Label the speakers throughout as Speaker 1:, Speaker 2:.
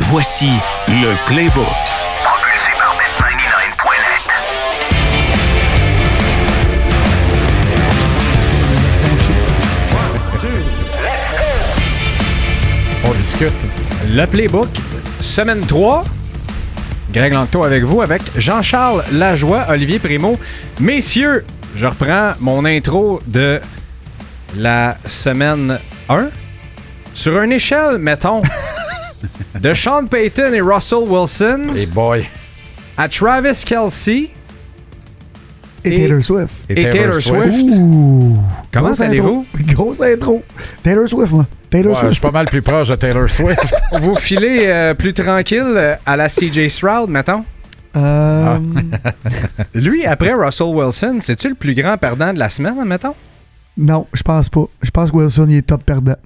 Speaker 1: Voici le Playbook.
Speaker 2: Propulsé par bet999.net.
Speaker 3: On discute. Le Playbook, semaine 3. Greg Langto avec vous, avec Jean-Charles Lajoie, Olivier Primo. Messieurs, je reprends mon intro de la semaine 1. Sur une échelle, mettons, de Sean Payton et Russell Wilson
Speaker 4: Et boy.
Speaker 3: à Travis Kelsey
Speaker 5: Et,
Speaker 3: Et-
Speaker 5: Taylor Swift.
Speaker 3: et, Taylor, Swift.
Speaker 5: Ouh!
Speaker 3: Comment
Speaker 5: Grosse
Speaker 3: allez-vous?
Speaker 5: intro. Grosse intro. Taylor Swift, moi. Taylor
Speaker 4: Ouais, je suis
Speaker 5: Swift.
Speaker 4: pas mal plus proche de Taylor Swift.
Speaker 3: Vous filez euh, plus tranquille euh, à la CJ Stroud, mettons?
Speaker 4: Ah.
Speaker 5: Euh,
Speaker 3: Lui, après Russell Wilson, c'est-tu le plus grand perdant de la semaine, mettons?
Speaker 5: Non, je pense pas. Je pense que Wilson, il est top perdant.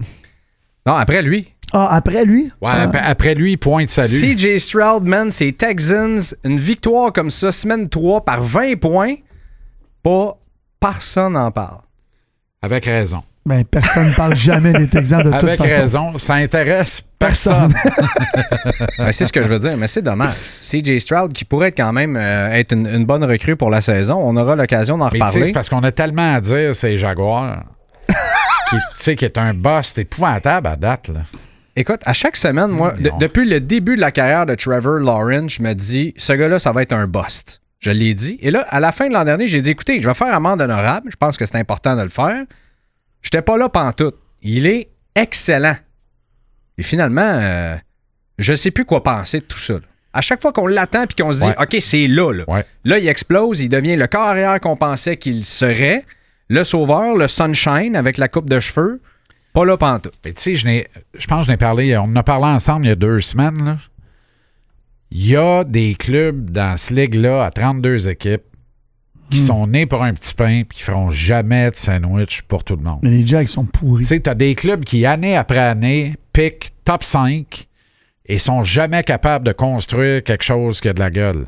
Speaker 3: Non, après lui.
Speaker 5: Ah, après lui?
Speaker 4: Ouais, ap- Après lui, point de salut.
Speaker 3: CJ Stroud, man, c'est Texans. Une victoire comme ça, semaine 3 par 20 points. Pas personne n'en parle.
Speaker 4: Avec raison.
Speaker 5: Ben, personne ne parle jamais des Texans de toute
Speaker 4: Avec
Speaker 5: façon.
Speaker 4: raison. Ça intéresse personne.
Speaker 3: Ben, c'est ce que je veux dire, mais c'est dommage. CJ Stroud, qui pourrait être quand même euh, être une, une bonne recrue pour la saison, on aura l'occasion d'en
Speaker 4: Mais tu sais, c'est
Speaker 3: reparler.
Speaker 4: parce qu'on a tellement à dire, ces Jaguars. qui, tu sais, qui est un boss épouvantable à date. Là.
Speaker 3: Écoute, à chaque semaine, moi, de-
Speaker 4: Non.
Speaker 3: depuis le début de la carrière de Trevor Lawrence, je me dis, ce gars-là, ça va être un bust. Je l'ai dit. Et là, à la fin de l'an dernier, j'ai dit, écoutez, je vais faire amende honorable. Je pense que c'est important de le faire. J'étais pas là pantoute. Il est excellent. Et finalement, euh, je sais plus quoi penser de tout ça. là. À chaque fois qu'on l'attend puis qu'on se dit,
Speaker 4: Ouais.
Speaker 3: OK, c'est là, là.
Speaker 4: Ouais.
Speaker 3: Là, il explose, il devient le carrière qu'on pensait qu'il serait, le sauveur, le sunshine avec la coupe de cheveux. Pas là pantoute.
Speaker 4: Mais tu sais, je n'ai- je pense que je n'ai parlé, on en a parlé ensemble il y a deux semaines. là. Il y a des clubs dans cette ligue-là à 32 équipes qui sont nés pour un petit pain et qui feront jamais de sandwich pour tout le monde.
Speaker 5: Mais les Jags sont
Speaker 4: Tu
Speaker 5: pourris.
Speaker 4: sais, t'as des clubs qui, année après année, piquent top 5 et sont jamais capables de construire quelque chose qui a de la gueule.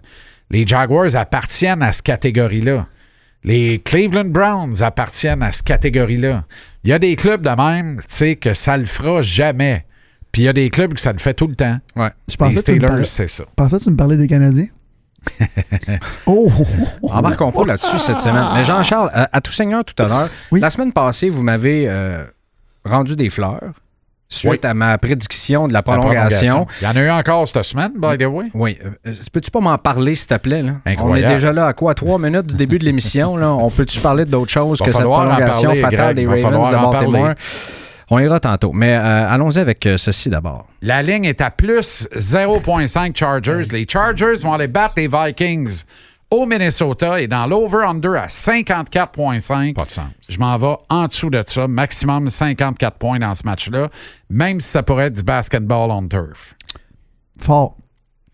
Speaker 4: Les Jaguars appartiennent à cette catégorie-là. Les Cleveland Browns appartiennent à cette catégorie-là. Il y a des clubs de même, tu sais, que ça le fera jamais. Puis il y a des clubs que ça le fait tout le temps.
Speaker 3: Ouais.
Speaker 5: Je
Speaker 4: Les
Speaker 5: pensais, que tu me parlais-
Speaker 4: Steelers, c'est ça.
Speaker 5: je pensais que tu me parlais des Canadiens. oh!
Speaker 4: Ah,
Speaker 3: Embarquons pas là-dessus cette semaine. Mais Jean-Charles, à, à tout seigneur, tout honneur,
Speaker 5: Oui.
Speaker 3: la semaine passée, vous m'avez euh, rendu des fleurs suite à ma prédiction de la
Speaker 4: La
Speaker 3: prolongation.
Speaker 4: prolongation. Il y en a eu encore cette semaine, by the way.
Speaker 3: Oui. euh, Peux-tu pas m'en parler, s'il te plaît? Là? On
Speaker 4: Incroyable.
Speaker 3: est déjà là à quoi? Trois minutes du début de l'émission. là? On peut-tu parler d'autre chose
Speaker 4: Va
Speaker 3: que cette
Speaker 4: falloir en
Speaker 3: prolongation
Speaker 4: parler,
Speaker 3: fatale
Speaker 4: Greg.
Speaker 3: des
Speaker 4: Va falloir
Speaker 3: Ravens de
Speaker 4: en parler.
Speaker 3: Baltimore? On ira tantôt. Mais euh, allons-y avec euh, ceci d'abord.
Speaker 4: La ligne est à plus 0.5 Chargers. Les Chargers vont aller battre les Vikings au Minnesota et dans l'over-under à 54.5. Pas de sens. Je m'en vais en dessous de ça. Maximum 54 points dans ce match-là, même si ça pourrait être du basketball on turf.
Speaker 5: Fort.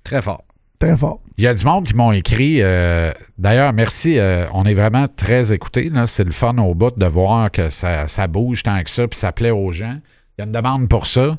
Speaker 3: Très fort.
Speaker 5: Très fort.
Speaker 4: Il y a du monde qui m'ont écrit. euh, D'ailleurs, merci. euh, on est vraiment très écoutés. là. C'est le fun au bout de voir que ça, ça bouge tant que ça puis ça plaît aux gens. Il y a une demande pour ça.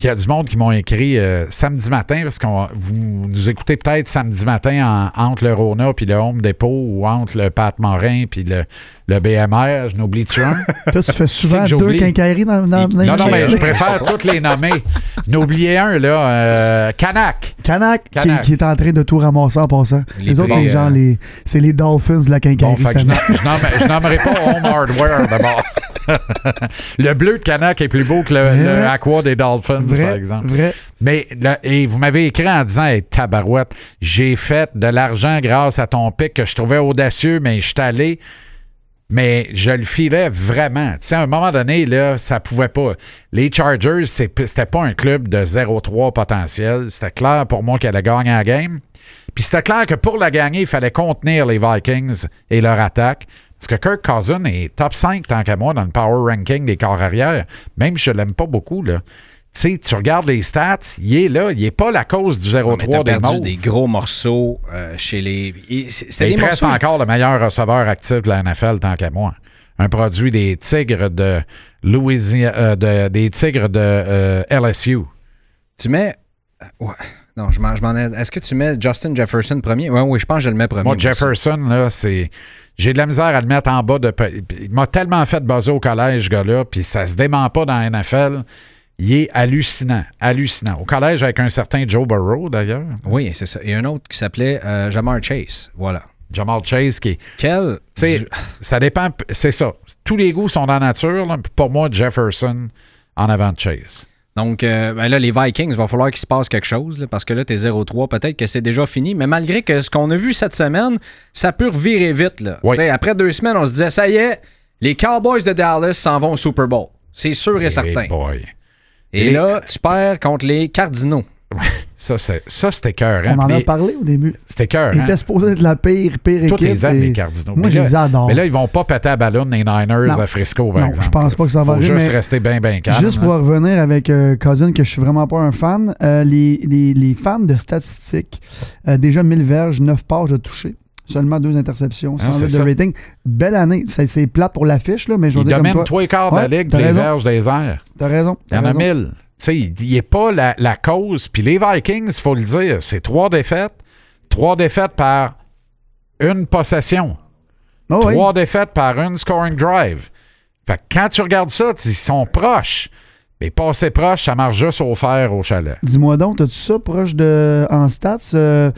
Speaker 4: Il y a du monde qui m'ont écrit euh, samedi matin, parce que vous nous écoutez peut-être samedi matin en- entre le Rona puis le Home Depot ou entre le Pat Morin puis le, le BMR. Je n'oublie-tu un?
Speaker 5: Toi, tu fais souvent
Speaker 4: que
Speaker 5: deux
Speaker 4: j'oublie.
Speaker 5: quincailleries dans, dans, dans
Speaker 4: non, non, mais je
Speaker 3: Ils-
Speaker 4: préfère toutes les nommer. N'oubliez un, là. euh, Canac.
Speaker 5: Canac, qui-
Speaker 4: Canac.
Speaker 5: Qui, est en train de tout ramasser en passant.
Speaker 3: Les
Speaker 5: Les, autres,
Speaker 3: prix,
Speaker 5: c'est genre
Speaker 3: euh,
Speaker 5: les, c'est les Dolphins de la
Speaker 4: Bon,
Speaker 5: quincaillerie.
Speaker 4: fait que
Speaker 5: cette
Speaker 4: je nom-
Speaker 5: année.
Speaker 4: je nomme- je nommerai pas Home Hardware d'abord. le bleu de Canac est plus beau que le, le Aqua des Dolphins, par
Speaker 5: vrai,
Speaker 4: exemple.
Speaker 5: vrai.
Speaker 4: Mais là, et vous m'avez écrit en disant hey, Tabarouette, j'ai fait de l'argent grâce à ton pic que je trouvais audacieux, mais je suis allé. Mais je le filais vraiment. Tu sais, à un moment donné, là, ça pouvait pas. Les Chargers, c'est p- c'était pas un club de 0-3 potentiel. C'était clair pour moi qu'elle allait gagner la game. Puis c'était clair que pour la gagner, il fallait contenir les Vikings et leur attaque. Parce que Kirk Cousin est top 5 tant qu'à moi dans le power ranking des corps arrière. Même si je l'aime pas beaucoup, là. Tu sais, tu regardes les stats, il est là. Il est pas la cause du
Speaker 3: Mais
Speaker 4: 0-3
Speaker 3: t'as
Speaker 4: des
Speaker 3: perdu
Speaker 4: Mauves.
Speaker 3: des gros morceaux euh, chez les... et c- C'était
Speaker 4: Il
Speaker 3: des
Speaker 4: te reste
Speaker 3: morceaux...
Speaker 4: encore le meilleur receveur actif de la NFL, tant qu'à moi. Un produit des Tigres de Louisiane, euh, de- des Tigres de euh, LSU.
Speaker 3: Tu mets... euh, Ouais. Non, je m'en je m'en ai... Est-ce que tu mets Justin Jefferson premier? Oui, oui, je pense que je le mets premier.
Speaker 4: Moi,
Speaker 3: aussi.
Speaker 4: Jefferson, là, c'est. J'ai de la misère à le mettre en bas de. pa- Il m'a tellement fait buzzer au collège, ce gars-là, puis ça se dément pas dans la NFL. Il est hallucinant, hallucinant. Au collège avec un certain Joe Burrow, d'ailleurs.
Speaker 3: Oui, c'est ça. Et un autre qui s'appelait euh, Jamar Chase. Voilà.
Speaker 4: Jamal Chase qui est
Speaker 3: Quel.
Speaker 4: Tu sais, ça dépend. C'est ça. Tous les goûts sont dans la nature. là. Puis Pour moi, Jefferson en avant de Chase.
Speaker 3: Donc euh, ben là, les Vikings, va falloir qu'il se passe quelque chose, là, parce que là, t'es 0-3, peut-être que c'est déjà fini. Mais malgré que ce qu'on a vu cette semaine, ça peut revirer vite. Là.
Speaker 4: Oui.
Speaker 3: Tu sais, Après deux semaines, on se disait, ça y est, les Cowboys de Dallas s'en vont au Super Bowl. C'est sûr et, certain.
Speaker 4: Hey boy.
Speaker 3: Et
Speaker 4: Les-
Speaker 3: là, tu perds contre les Cardinaux.
Speaker 4: Ça, c'est- ça, c'était cœur.
Speaker 5: On en a parlé au début.
Speaker 4: C'était cœur.
Speaker 5: Il était supposé être la pire, pire équipe.
Speaker 4: Hein? Toutes les aimes,
Speaker 5: et-
Speaker 4: les Cardinaux.
Speaker 5: Moi,
Speaker 4: mais
Speaker 5: je
Speaker 4: là,
Speaker 5: les adore.
Speaker 4: Mais là, ils vont pas péter à ballon les Niners
Speaker 5: Non.
Speaker 4: à Frisco, par
Speaker 5: Non, je
Speaker 4: exemple.
Speaker 5: pense pas que ça va
Speaker 4: Faut
Speaker 5: arriver,
Speaker 4: juste
Speaker 5: mais
Speaker 4: rester bien, bien calme.
Speaker 5: Juste
Speaker 4: hein.
Speaker 5: pour revenir avec euh, Cousin, que je suis vraiment pas un fan, euh, les, les- les fans de statistiques, euh, déjà 1000 verges, 9 passes de toucher, seulement 2 interceptions,
Speaker 4: Hein,
Speaker 5: 100
Speaker 4: c'est ça.
Speaker 5: de rating. Belle année. C'est, c'est plate pour l'affiche, là, mais je veux
Speaker 4: Il
Speaker 5: dire comme
Speaker 4: domine
Speaker 5: toi,
Speaker 4: trois quarts
Speaker 5: Ouais,
Speaker 4: de la ligue,
Speaker 5: t'as
Speaker 4: des
Speaker 5: raison.
Speaker 4: verges, des airs.
Speaker 5: t'as raison.
Speaker 4: Il y
Speaker 5: t'as
Speaker 4: en a
Speaker 5: raison.
Speaker 4: mille. Tu sais, il il est pas la, la cause. Puis les Vikings, il faut le dire, c'est trois défaites. Trois défaites par une possession.
Speaker 5: Ah oui.
Speaker 4: Trois défaites par une scoring drive. Fait que quand tu regardes ça, tu dis, ils sont proches. Mais passer proche, ça marche juste au fer au chalet.
Speaker 5: Dis-moi donc, as-tu ça proche de. en stats euh,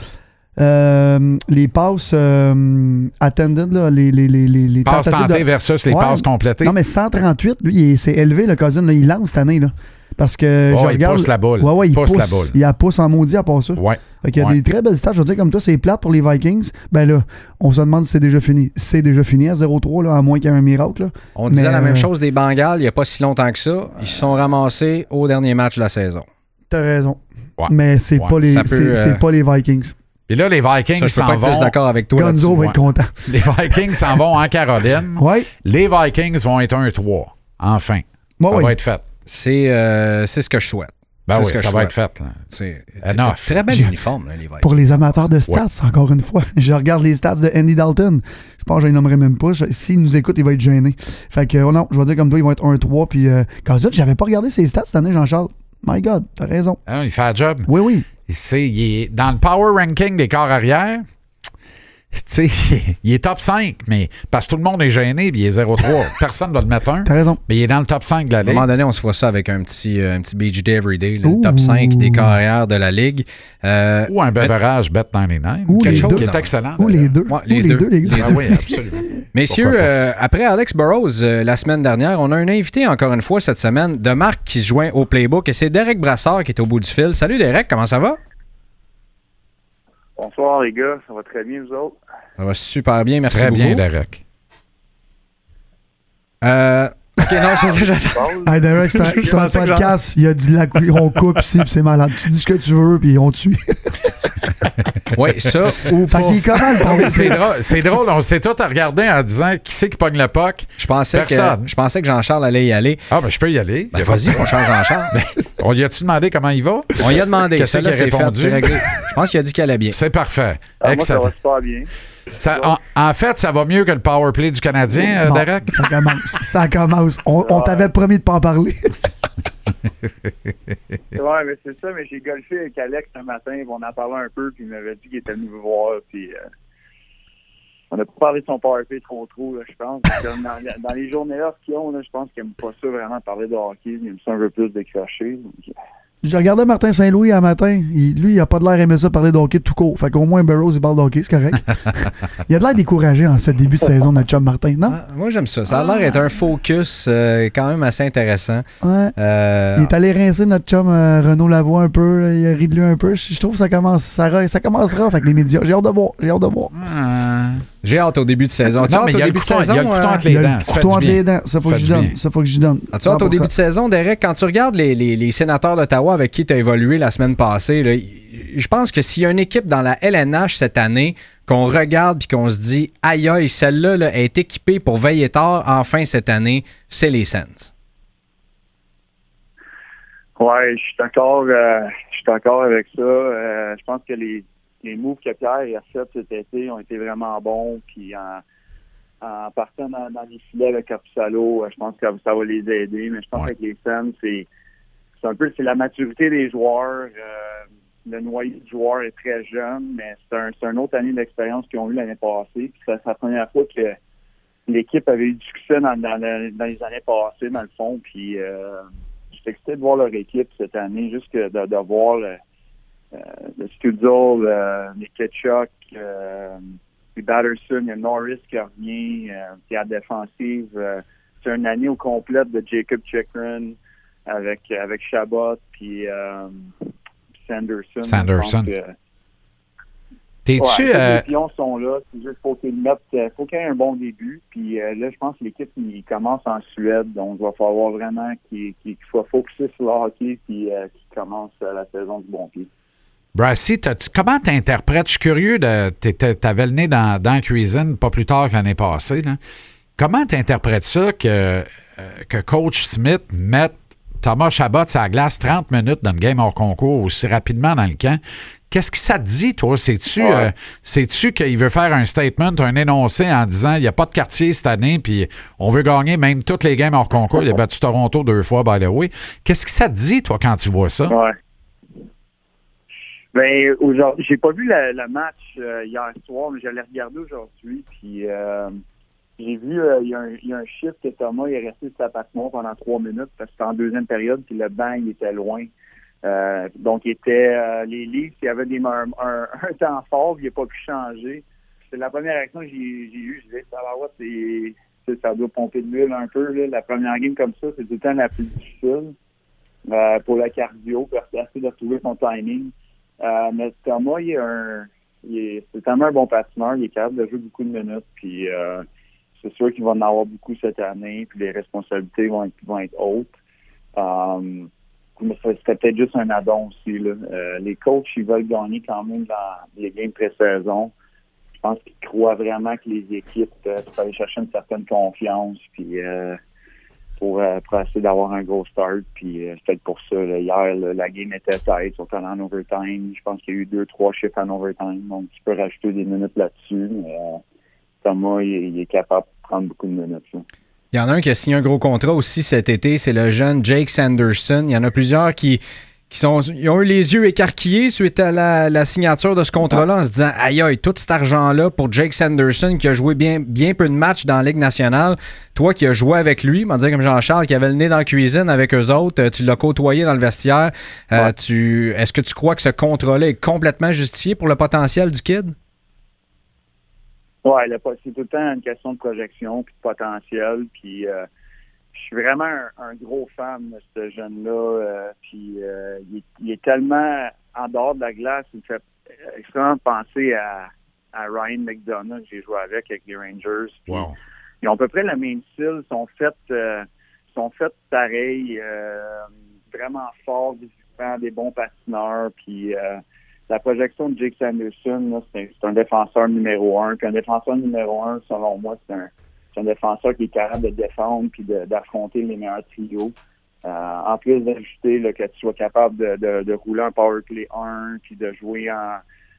Speaker 5: euh, Les passes euh, attended, là, les, les, les, les, les
Speaker 4: Passes
Speaker 5: tentatives de-
Speaker 4: tentées versus les
Speaker 5: Ouais.
Speaker 4: passes complétées.
Speaker 5: Non, mais 138, lui, il est- c'est élevé, le Cousin. là, il lance cette année. Là, parce que.
Speaker 4: Ouais,
Speaker 5: je
Speaker 4: il
Speaker 5: regarde,
Speaker 4: pousse la boule.
Speaker 5: Ouais, ouais, il
Speaker 4: Pousse
Speaker 5: pousse,
Speaker 4: la boule.
Speaker 5: Il la pousse en maudit à part ça.
Speaker 4: Ouais.
Speaker 5: Fait qu'il y a
Speaker 4: Ouais.
Speaker 5: des très belles stats. Je veux dire, comme toi, c'est plate pour les Vikings. Ben là, on se demande si c'est déjà fini. C'est déjà fini à 0-3, là, à moins qu'il y ait un miracle. là.
Speaker 3: On disait
Speaker 5: Mais,
Speaker 3: la même
Speaker 5: euh,
Speaker 3: chose des Bengals il n'y a pas si longtemps que ça. Ils se sont ramassés au dernier match de la saison.
Speaker 5: T'as raison.
Speaker 4: Ouais.
Speaker 5: Mais c'est
Speaker 4: Ouais,
Speaker 5: pas, les,
Speaker 3: ça peut,
Speaker 5: c'est- c'est
Speaker 3: euh,
Speaker 5: pas les Vikings.
Speaker 4: Puis là, les
Speaker 3: Ça,
Speaker 4: Vikings
Speaker 3: je peux
Speaker 4: s'en
Speaker 3: pas être plus
Speaker 4: vont.
Speaker 3: d'accord avec toi. là-dessus.
Speaker 5: Gonzo va être content.
Speaker 4: Les Vikings s'en vont en Caroline.
Speaker 5: Ouais.
Speaker 4: Les Vikings vont être 1-3. Enfin.
Speaker 5: Moi, Ah
Speaker 4: ça
Speaker 5: oui.
Speaker 4: va être fait.
Speaker 3: C'est euh, c'est ce que je souhaite.
Speaker 4: Ben
Speaker 3: C'est
Speaker 4: oui,
Speaker 3: ce que
Speaker 4: ça
Speaker 3: je
Speaker 4: va
Speaker 3: souhaite.
Speaker 4: être fait. là.
Speaker 3: C'est
Speaker 4: Enough.
Speaker 3: très bel
Speaker 5: Je-
Speaker 3: uniforme, là, les Vikings.
Speaker 5: Pour les amateurs de stats, encore une fois, je regarde les stats de Andy Dalton. Je pense que je les nommerai même pas. Je- S'il nous écoute, il va être gêné. Fait que, oh non, je vais dire comme toi, ils vont être 1-3. Puis, euh, Kazut, j'avais pas regardé ses stats cette année, Jean-Charles. My God, t'as raison.
Speaker 4: Hein, il fait un job.
Speaker 5: Oui, oui.
Speaker 4: Il sait, il est dans le power ranking des corps arrière. Tu sais, il est top 5, mais parce que tout le monde est gêné, puis il est 0-3. Personne ne va le mettre un,
Speaker 5: T'as raison.
Speaker 4: mais il est dans le top 5 de la
Speaker 3: À un
Speaker 4: ligue.
Speaker 3: moment donné, on se fera ça avec un petit, euh, un petit Beach Day Everyday, là, le
Speaker 5: Ouh.
Speaker 3: top 5 des carrières de la Ligue. Euh,
Speaker 4: Ou un beverage bet 99,
Speaker 5: Ou
Speaker 4: quelque
Speaker 5: les
Speaker 4: chose
Speaker 5: deux.
Speaker 4: qui est excellent.
Speaker 5: Ou les deux.
Speaker 3: Ouais,
Speaker 5: Ou les deux, les gars.
Speaker 4: Ah oui, absolument.
Speaker 3: Messieurs,
Speaker 4: Pourquoi pas?
Speaker 3: euh, après Alex Burrows euh, la semaine dernière, on a un invité encore une fois cette semaine de Marc qui se joint au Playbook et c'est Derek Brassard qui est au bout du fil. Salut Derek, comment ça va?
Speaker 6: Bonsoir les gars, ça va très bien vous autres.
Speaker 3: Ça va super bien, merci
Speaker 4: Très
Speaker 3: beaucoup.
Speaker 4: bien, Derek.
Speaker 3: Euh, ok, non, c'est ça, j'attends.
Speaker 6: Paul,
Speaker 5: Hey, Derek, c'est un,
Speaker 3: Je
Speaker 5: c'est un
Speaker 3: pensais que j'en-
Speaker 5: podcast. Il y a du lac, on coupe ici, puis c'est malade. Tu dis ce que tu veux, puis on te suit. fait
Speaker 3: Oui, ça ou pas.
Speaker 5: qu'il est comment le
Speaker 4: Ah
Speaker 5: pauvre?
Speaker 4: oui, C'est drôle, c'est drôle, on s'est tous regardé en disant qui c'est qui pogne le puck.
Speaker 3: Je pensais que,
Speaker 4: Personne.
Speaker 3: je pensais que Jean-Charles allait y aller.
Speaker 4: Ah, ben je peux y aller.
Speaker 3: Ben,
Speaker 4: Il y a
Speaker 3: vas-y,
Speaker 4: pas-
Speaker 3: mon cher Jean-Charles.
Speaker 4: On lui a-tu demandé comment il va?
Speaker 3: On lui a demandé.
Speaker 4: Qu'est-ce
Speaker 3: Celle-là,
Speaker 4: qu'il a
Speaker 3: c'est fait,
Speaker 4: répondu?
Speaker 3: c'est réglé. Je pense qu'il a dit qu'elle allait bien.
Speaker 4: C'est parfait.
Speaker 6: ah, moi ça
Speaker 4: Excellent.
Speaker 6: va super bien.
Speaker 4: Ça- en, en fait, ça va mieux que le power play du Canadien, euh,
Speaker 5: Non,
Speaker 4: Derek.
Speaker 5: ça commence. Ça commence. On, on t'avait promis de pas en parler.
Speaker 6: Ouais, mais c'est ça, mais j'ai golfé avec Alex ce matin, puis on en parlait un peu, puis il m'avait dit qu'il était venu me voir, puis euh, on a pas parlé de son PowerP trop trop, là, je pense. Parce que dans, dans les journées-là qu'ils ont, là, je pense qu'il aime pas ça vraiment parler de hockey, il aime ça un peu plus décrocher. donc, euh,
Speaker 5: Je regardais Martin Saint-Louis un matin. Il- lui, il a pas de l'air aimé ça parler de hockey tout court. Fait qu'au moins, Burroughs, il parle de hockey, c'est correct. il a de l'air découragé en ce début de saison, notre chum Martin. Non?
Speaker 3: Ah, moi, j'aime ça. Ça a l'air d'être un focus euh, quand même assez intéressant.
Speaker 5: Ouais.
Speaker 3: Euh,
Speaker 5: Il est allé rincer notre chum euh, Renaud Lavoie un peu, là, il a ri de lui un peu. Je, je trouve que ça, commence, ça, ra- ça commencera. Fait que les médias, j'ai hâte de voir. J'ai hâte de voir.
Speaker 3: J'ai hâte au début de saison. Tu
Speaker 4: Non,
Speaker 3: hâte
Speaker 4: mais
Speaker 3: au
Speaker 4: il y a le
Speaker 3: début de
Speaker 4: couteau- il y a
Speaker 3: saison.
Speaker 4: le couteau
Speaker 3: euh,
Speaker 4: entre les
Speaker 5: Il a
Speaker 4: dents.
Speaker 5: le
Speaker 4: Ça fait
Speaker 5: couteau
Speaker 4: du
Speaker 5: entre les
Speaker 4: bien.
Speaker 5: dents. Ça, faut
Speaker 4: Ça
Speaker 5: que je
Speaker 4: fait du
Speaker 5: donne.
Speaker 4: bien. Ah,
Speaker 5: Ça, faut que je donne.
Speaker 3: As-tu hâte au
Speaker 5: 100%.
Speaker 3: début de saison, Derek, quand tu regardes les, les- les sénateurs d'Ottawa avec qui tu as évolué la semaine passée, là, y- je pense que s'il y a une équipe dans la LNH cette année qu'on regarde puis qu'on se dit aïe aïe, celle-là là, est équipée pour veiller tard enfin cette année, c'est les Sens.
Speaker 6: Ouais, je suis d'accord. euh, je suis d'accord avec ça. Euh, je pense que les, les moves que Pierre a fait cet été ont été vraiment bons. Puis en, en partant dans, dans les filets avec Capsalo, je pense que ça va les aider. Mais je pense
Speaker 4: Ouais.
Speaker 6: qu'avec les Suns, c'est c'est un peu c'est la maturité des joueurs. Euh, le noyau du joueur est très jeune, mais c'est un, c'est une autre année d'expérience qu'ils ont eu l'année passée. Puis c'est la première fois que l'équipe avait eu du succès dans, dans le- dans les années passées, dans le fond. Puis euh, suis excité de voir leur équipe cette année, juste que de, de voir le, euh, le Studio, le, les Ketchuk, euh, puis Batterson, il y a Norris qui revient, euh, puis à la défensive, euh, c'est une année au complet de Jacob Chikrin avec avec Chabot, puis euh, Sanderson.
Speaker 4: Sanderson.
Speaker 6: Je pense que-
Speaker 4: T'es-tu.
Speaker 6: Ouais, tous
Speaker 4: euh,
Speaker 6: Les pions sont là. C'est juste faut qu'ils mettent, euh, faut qu'il y ait un bon début. Puis euh, là, je pense que l'équipe il commence en Suède, donc il va falloir vraiment qu'ils qu'ils soient focusés sur le hockey puis euh, qu'ils commencent euh, la saison du bon pied.
Speaker 4: Brassy, t'as-tu- comment t'interprètes? Je suis curieux, de, t'étais- t'avais le nez dans, dans la cuisine pas plus tard que l'année passée. là. Comment t'interprètes ça que, euh, que Coach Smith mette Thomas Chabot à la glace 30 minutes dans le game hors concours aussi rapidement dans le camp? Qu'est-ce que ça te dit, toi? Sais-tu
Speaker 6: Ouais.
Speaker 4: euh, sais-tu qu'il veut faire un statement, un énoncé en disant il n'y a pas de quartier cette année, puis on veut gagner même toutes les games hors concours? Il a battu Toronto deux fois, by the way. Qu'est-ce que ça te dit, toi, quand tu vois ça?
Speaker 6: Ouais. Ben aujourd'hui, j'ai pas vu la- le match euh, hier soir, mais je l'ai regardé aujourd'hui. Puis euh, j'ai vu euh, il y, a un- il y a un chiffre que Thomas il est resté sur sa patinoire pendant trois minutes parce que c'était en deuxième période puis le banc il était loin. Euh, donc il était euh, les Leafs, il y avait des, un, un- un temps fort, il n'a pas pu changer. C'est la première action que j'ai j'ai eue, je disais Tabarouette, c'est c'est- ça doit pomper de l'huile un peu. là. La première game comme ça, c'est tout le temps la plus difficile euh, pour la cardio, pour essayer de retrouver son timing. Euh, mais Thomas, il est un, il est, c'est tellement un bon patineur, il est capable de jouer beaucoup de minutes, puis euh, c'est sûr qu'il va en avoir beaucoup cette année, puis les responsabilités vont être, vont être hautes. Euh, mais ça- c'était peut-être juste un addon aussi. Là. Euh, les coachs, ils veulent gagner quand même dans les games pré-saison. Je pense qu'ils croient vraiment que les équipes euh, peuvent aller chercher une certaine confiance, puis euh, pour, euh, pour essayer d'avoir un gros start. Puis euh, c'est peut-être pour ça. là. Hier, là, la game était tête, ils sont allés en overtime. Je pense qu'il y a eu deux, trois chiffres en overtime. Donc tu peux rajouter des minutes là-dessus. Mais euh, Thomas, il, est- il est capable de prendre beaucoup de minutes. là.
Speaker 7: Il y en a un qui a signé un gros contrat aussi cet été, c'est le jeune Jake Sanderson. Il y en a plusieurs qui, qui sont, ils ont eu les yeux écarquillés suite à la, la signature de ce contrat-là en se disant Aïe, aïe, tout cet argent-là pour Jake Sanderson qui a joué bien, bien peu de matchs dans la Ligue nationale, toi qui as joué avec lui, m'en dire comme Jean-Charles qui avait le nez dans la cuisine avec eux autres, euh, tu l'as côtoyé dans le vestiaire. Euh,
Speaker 6: Ouais.
Speaker 7: tu, est-ce que tu crois que ce contrat-là est complètement justifié pour le potentiel du kid?
Speaker 6: Ouais, le po- c'est tout le temps une question de projection puis de potentiel. Puis euh, je suis vraiment un, un gros fan de ce jeune-là. euh, puis euh, il, est- il est tellement en dehors de la glace, il me fait euh, extrêmement penser à, à Ryan McDonough que j'ai joué avec avec les Rangers. Puis,
Speaker 4: Wow.
Speaker 6: Ils ont à peu près la même style, sont faites euh, sont faites pareil, euh, vraiment forts, physiquement, des bons patineurs, puis euh, la projection de Jake Sanderson, là, c'est c'est un défenseur numéro un. Puis un défenseur numéro un, selon moi, c'est un, c'est un défenseur qui est capable de défendre puis de- d'affronter les meilleurs trios. Euh, en plus d'ajouter là, que tu sois capable de, de- de rouler un power play 1 puis de jouer en,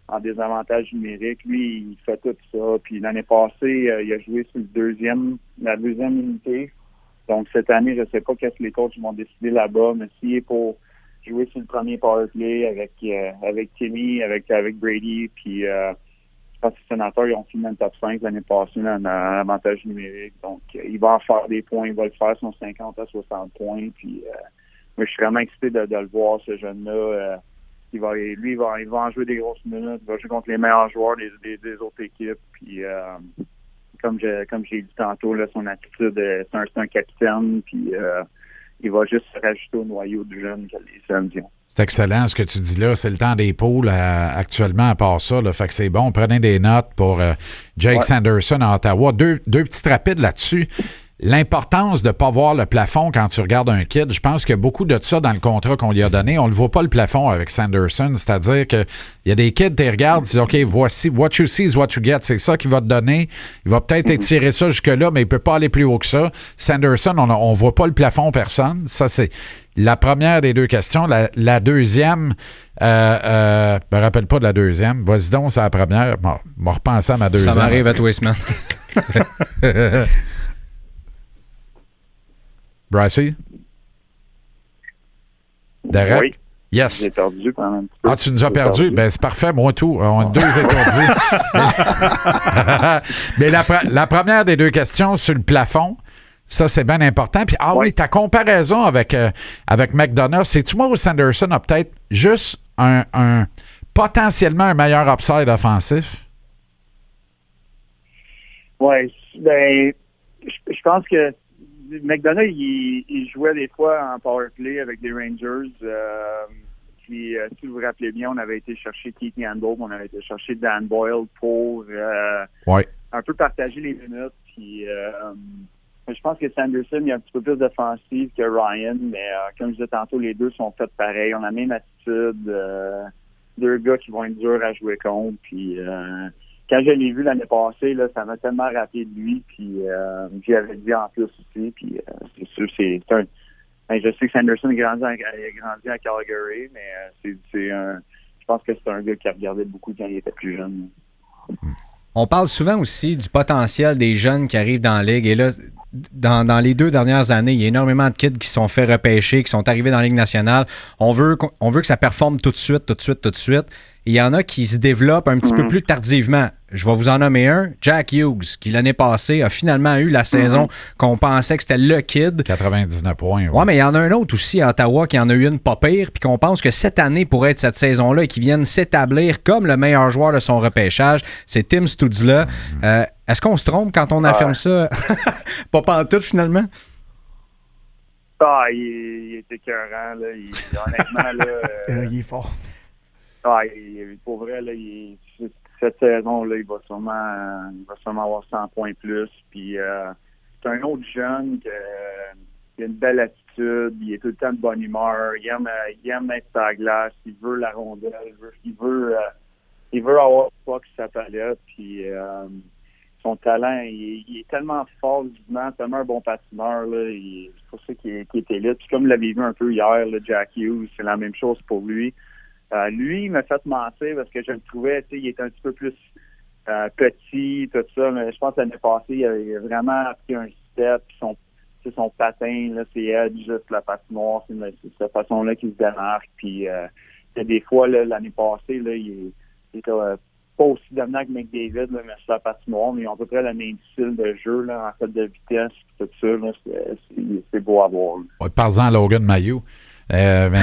Speaker 6: en désavantage numérique, lui, il fait tout ça. Puis l'année passée, euh, il a joué sur le deuxième, la deuxième unité. Donc cette année, je ne sais pas qu'est-ce que les coachs vont décider là-bas, mais s'il est pour jouer sur le premier power play avec euh, avec Timmy, avec avec Brady, puis euh, je pense que les sénateurs ils ont fini dans le top 5 l'année passée là, en en avantage numérique. Donc euh, il va en faire des points, il va le faire son 50 à 60 points. Puis euh, moi je suis vraiment excité de, de le voir ce jeune-là. euh, il va, lui, il va, il va en jouer des grosses minutes, il va jouer contre les meilleurs joueurs des, des- des autres équipes. Puis, euh, comme je, comme j'ai dit tantôt, là, son attitude, euh, c'est un, c'est un capitaine, puis euh, il va juste se rajouter au noyau du jeune que les Suns ont.
Speaker 4: C'est excellent ce que tu dis là. C'est le temps des poules euh, actuellement, à part ça. Là. Fait que c'est bon. Prenez des notes pour euh, Jake
Speaker 6: Ouais.
Speaker 4: Sanderson à Ottawa. Deux, deux petites rapides là-dessus. L'importance de ne pas voir le plafond quand tu regardes un kid, je pense qu'il y a beaucoup de ça dans le contrat qu'on lui a donné. On ne le voit pas le plafond avec Sanderson. C'est-à-dire qu'il y a des kids, tu les regardes, tu dis OK, voici, what you see is what you get. C'est ça qu'il va te donner. Il va peut-être étirer ça jusque-là, mais il ne peut pas aller plus haut que ça. Sanderson, on ne voit pas le plafond personne. Ça, c'est la première des deux questions. La, la deuxième, euh, euh, je me rappelle pas de la deuxième. Vas-y donc, c'est la première. Bon, Je vais repenser à ma deuxième.
Speaker 7: Ça m'arrive à tous les semaines.
Speaker 4: Brassy? Derek?
Speaker 6: Oui.
Speaker 4: Yes.
Speaker 6: J'ai perdu pendant un petit peu.
Speaker 4: Ah, tu nous as perdu. Ben, c'est parfait, moi tout. On est deux étourdis. Mais la, pre- la première des deux questions sur le plafond, Ça, c'est bien important. Puis, ah oui, ta comparaison avec, euh, avec McDonough, c'est-tu moi ou Sanderson a peut-être juste un, un- potentiellement un meilleur upside offensif?
Speaker 6: Ouais, ben, je je pense que McDonough, il, il jouait des fois en power play avec des Rangers. euh, puis, euh, si vous vous rappelez bien, on avait été chercher Keith Handel, on avait été chercher Dan Boyle pour euh,
Speaker 4: Oui.
Speaker 6: un peu partager les minutes. Puis, euh, euh, je pense que Sanderson, il a un petit peu plus d'offensive que Ryan, mais euh, comme je disais tantôt, les deux sont faits pareil. On a la même attitude. euh, deux gars qui vont être durs à jouer contre. Puis, euh, quand je l'ai vu l'année passée, là, ça m'a tellement rappelé de lui. Puis, euh, j'avais dit en plus aussi. Puis, euh, c'est sûr, c'est c'est un. ben, je sais que Sanderson a grandi, en- a grandi à Calgary, mais euh, c'est c'est un. Je pense que c'est un gars qui a regardé beaucoup quand il était plus jeune.
Speaker 3: On parle souvent aussi du potentiel des jeunes qui arrivent dans la ligue. Et là, dans, dans les deux dernières années, il y a énormément de kids qui se sont fait repêcher, qui sont arrivés dans la Ligue nationale. On veut, qu'on- on veut que ça performe tout de suite, tout de suite, tout de suite. Et il y en a qui se développent un petit peu plus tardivement. Je vais vous en nommer un, Jack Hughes, qui l'année passée a finalement eu la saison qu'on pensait que c'était le kid.
Speaker 4: 99 points.
Speaker 3: Ouais, mais il y en a un autre aussi à Ottawa qui en a eu une pas pire, puis qu'on pense que cette année pourrait être cette saison-là et qui vienne s'établir comme le meilleur joueur de son repêchage. C'est Tim Studzla. Euh, Est-ce qu'on se trompe quand on affirme ça? pas pantoute, finalement?
Speaker 6: Ah, il, est- il est écœurant, là. Il, honnêtement, là. euh,
Speaker 5: il est fort.
Speaker 6: Ah, il- pour vrai, là, il- cette saison, là, il va sûrement euh, il va sûrement avoir 100 points plus. Puis euh, c'est un autre jeune qui euh, il a une belle attitude, il est tout le temps de bonne humeur, il aime, euh, il aime être sa glace, il veut la rondelle, il veut il veut, euh, il veut avoir le puck sur sa palette. Puis euh, son talent, il, il est tellement fort vivement, tellement un bon patineur. Là, il- c'est pour ça qu'il est, qu'il est élite. Puis comme vous l'avez vu un peu hier, là, Jack Hughes, c'est la même chose pour lui. Euh, lui, il m'a fait mentir parce que je le trouvais, tu sais, il était un petit peu plus euh, petit, tout ça, mais je pense que l'année passée, il a, il a vraiment pris un step, puis son, tu sais, son patin, là, c'est edge, juste la patinoire, c'est une- c'est cette façon-là qu'il se démarque, puis euh, il y a des fois, là, l'année passée, là, il, il était euh, pas aussi dominant que McDavid, là, mais sur la patinoire, mais ils ont à peu près le même style de jeu, là, en fait, de vitesse, puis tout ça, là, c'est- c'est- c'est beau à voir, là.
Speaker 4: Ouais, Parle-en à Logan Mayou. Euh, mais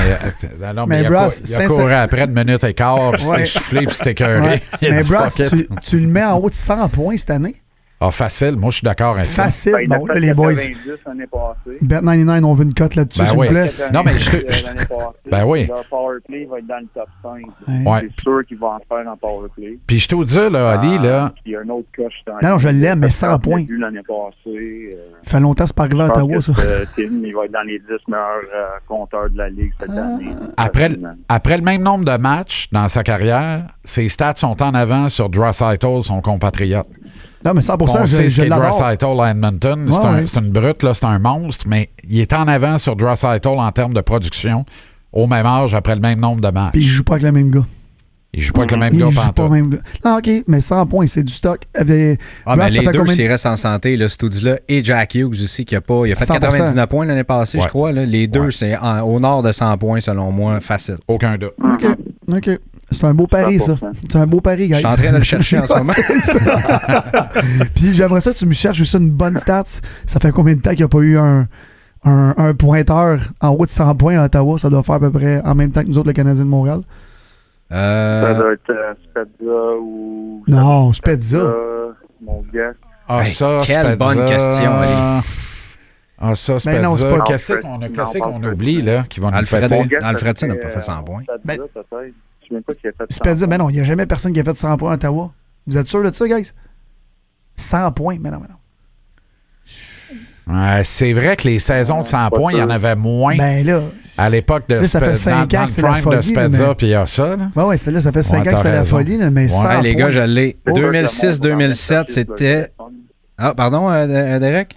Speaker 4: euh, alors, mais
Speaker 5: Mais
Speaker 4: il a,
Speaker 5: Bros,
Speaker 4: cou- il a
Speaker 5: sincère-
Speaker 4: couru après une minute et quart, puis c'était
Speaker 5: Ouais.
Speaker 4: soufflé, puis c'était cœuré.
Speaker 5: Ouais.
Speaker 4: Il a
Speaker 5: Mais
Speaker 4: dit,
Speaker 5: Bros,
Speaker 4: fuck it.
Speaker 5: tu, tu le mets en haut de 100 points cette année?
Speaker 4: Ah, facile, moi je suis d'accord avec ça.
Speaker 5: Facile.
Speaker 6: Ben, il a
Speaker 5: bon,
Speaker 6: fait
Speaker 5: là, les boys.
Speaker 6: 90 l'année passée.
Speaker 5: Bet99, on veut une cote là-dessus,
Speaker 4: Ben
Speaker 5: s'il
Speaker 4: oui.
Speaker 5: vous plaît.
Speaker 4: Non, mais je te-
Speaker 6: Euh, l'année passée,
Speaker 4: Ben oui.
Speaker 6: Leur powerplay va être dans le top 5.
Speaker 5: Ouais.
Speaker 6: C'est sûr qu'ils vont en faire en powerplay.
Speaker 4: Puis je te dis, là, Ali,
Speaker 3: Ah,
Speaker 4: là,
Speaker 6: Ah, Il y a un autre coach dans
Speaker 5: Non, je l'aime, mais 100
Speaker 6: Il
Speaker 5: points.
Speaker 6: l'a vu l'année passée. euh,
Speaker 5: Ça fait longtemps que c'est pas arrivé à
Speaker 6: je pense
Speaker 5: Ottawa,
Speaker 6: que,
Speaker 5: ça.
Speaker 6: euh, Tim, il va être dans les 10 meilleurs euh, compteurs de la Ligue cette année.
Speaker 4: après,
Speaker 6: Facilement.
Speaker 4: après le même nombre de matchs dans sa carrière, ses stats sont en avant sur Draisaitl, son compatriote.
Speaker 5: Non, mais 100%, je,
Speaker 4: On sait
Speaker 5: je
Speaker 4: ce qu'est
Speaker 5: l'adore.
Speaker 4: Draisaitl à Edmonton.
Speaker 5: Ouais,
Speaker 4: c'est, un-
Speaker 5: ouais.
Speaker 4: c'est une brute, là, c'est un monstre, mais il est en avant sur Draisaitl en termes de production au même âge après le même nombre de matchs.
Speaker 5: Puis il joue pas avec le même gars.
Speaker 4: il joue pas avec le même
Speaker 5: Il
Speaker 4: gars
Speaker 5: joue
Speaker 4: pantoute.
Speaker 5: pas même gars. Non, OK, mais 100 points, c'est du stock. Avec-
Speaker 3: Ah,
Speaker 5: Bros,
Speaker 3: mais
Speaker 5: ça
Speaker 3: les
Speaker 5: fait
Speaker 3: deux,
Speaker 5: combien de-
Speaker 3: s'ils restent en santé, là, Studzla et Jack Hughes aussi, qui a pas. Il a fait
Speaker 5: 100%.
Speaker 3: 99 points l'année passée,
Speaker 4: Ouais.
Speaker 3: je crois. là. Les deux,
Speaker 4: Ouais.
Speaker 3: c'est en- au nord de 100 points, selon moi, facile.
Speaker 4: Aucun doute.
Speaker 5: OK, OK. C'est un beau pari, ça.
Speaker 6: 100%.
Speaker 5: C'est un beau pari, guys.
Speaker 3: Je suis en train de le chercher hein. en ce
Speaker 5: Ouais,
Speaker 3: moment.
Speaker 5: c'est ça. Puis j'aimerais ça que tu me cherches aussi une bonne stats. Ça fait combien de temps qu'il n'y a pas eu un, un, un pointeur en haut de 100 points à Ottawa? Ça doit faire à peu près en même temps que nous autres, le Canadien de Montréal.
Speaker 6: Ça
Speaker 3: Euh,
Speaker 6: doit être euh, Spezza ou.
Speaker 5: Non, je pète ça.
Speaker 6: Spezza, Mon gars.
Speaker 4: Ah,
Speaker 3: Hey,
Speaker 4: ça,
Speaker 3: quelle
Speaker 4: Spezza.
Speaker 3: bonne question, Ali.
Speaker 4: Ah, ça,
Speaker 5: Mais
Speaker 4: Spezza.
Speaker 5: non, c'est pas-
Speaker 4: Qu'est-ce
Speaker 6: Non,
Speaker 4: qu'on a-
Speaker 6: non,
Speaker 4: qu'est-ce
Speaker 6: pas
Speaker 4: qu'on
Speaker 6: Spezza.
Speaker 4: oublie, là, qui va nous
Speaker 3: Alfred-
Speaker 4: péter?
Speaker 3: Mon gars, Alfredson n'a pas fait 100 points.
Speaker 6: euh, Spezza,
Speaker 5: Ben-
Speaker 6: peut-être. Je sais même pas s'il a fait 100
Speaker 5: Spezza, ben- mais non, il n'y a jamais personne qui a fait 100 points à Ottawa. Vous êtes sûr de ça, guys? 100 points, mais non, mais non.
Speaker 4: Ouais, c'est vrai que les saisons de 100 points, il y en avait moins
Speaker 5: Ben là,
Speaker 4: à l'époque de
Speaker 5: Là, ça fait
Speaker 4: Spezza. Dans,
Speaker 5: cinq
Speaker 4: dans
Speaker 5: ans
Speaker 4: le
Speaker 5: que c'est la
Speaker 4: prime de
Speaker 5: folie, là,
Speaker 4: Spezza,
Speaker 5: mais-
Speaker 4: puis il y a ça. Là.
Speaker 5: ben ouais, ouais, celle-là, ça fait 5
Speaker 4: Ouais,
Speaker 5: ans que
Speaker 4: t'as
Speaker 5: c'est la
Speaker 4: raison.
Speaker 5: folie, là, mais 100
Speaker 3: hey, les
Speaker 5: points.
Speaker 3: gars, je l'ai.
Speaker 6: Faut que le monde va en aller
Speaker 3: 2006-2007,
Speaker 6: chercher sur le
Speaker 3: c'était.
Speaker 6: téléphone.
Speaker 3: Ah, pardon, euh, euh, Derek?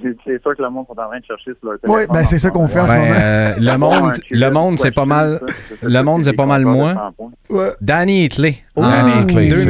Speaker 6: C'est- C'est sûr que le monde est en train de chercher sur leur téléphone.
Speaker 5: Oui, ben c'est ça qu'on fait en ce
Speaker 3: Ouais,
Speaker 5: moment.
Speaker 3: euh, le monde, le monde, c'est pas mal. le monde, c'est pas mal moins.
Speaker 5: Ouais.
Speaker 3: Danny Ah, Hitley.
Speaker 5: Oh.
Speaker 3: en
Speaker 5: Danny Hitley,
Speaker 4: c'est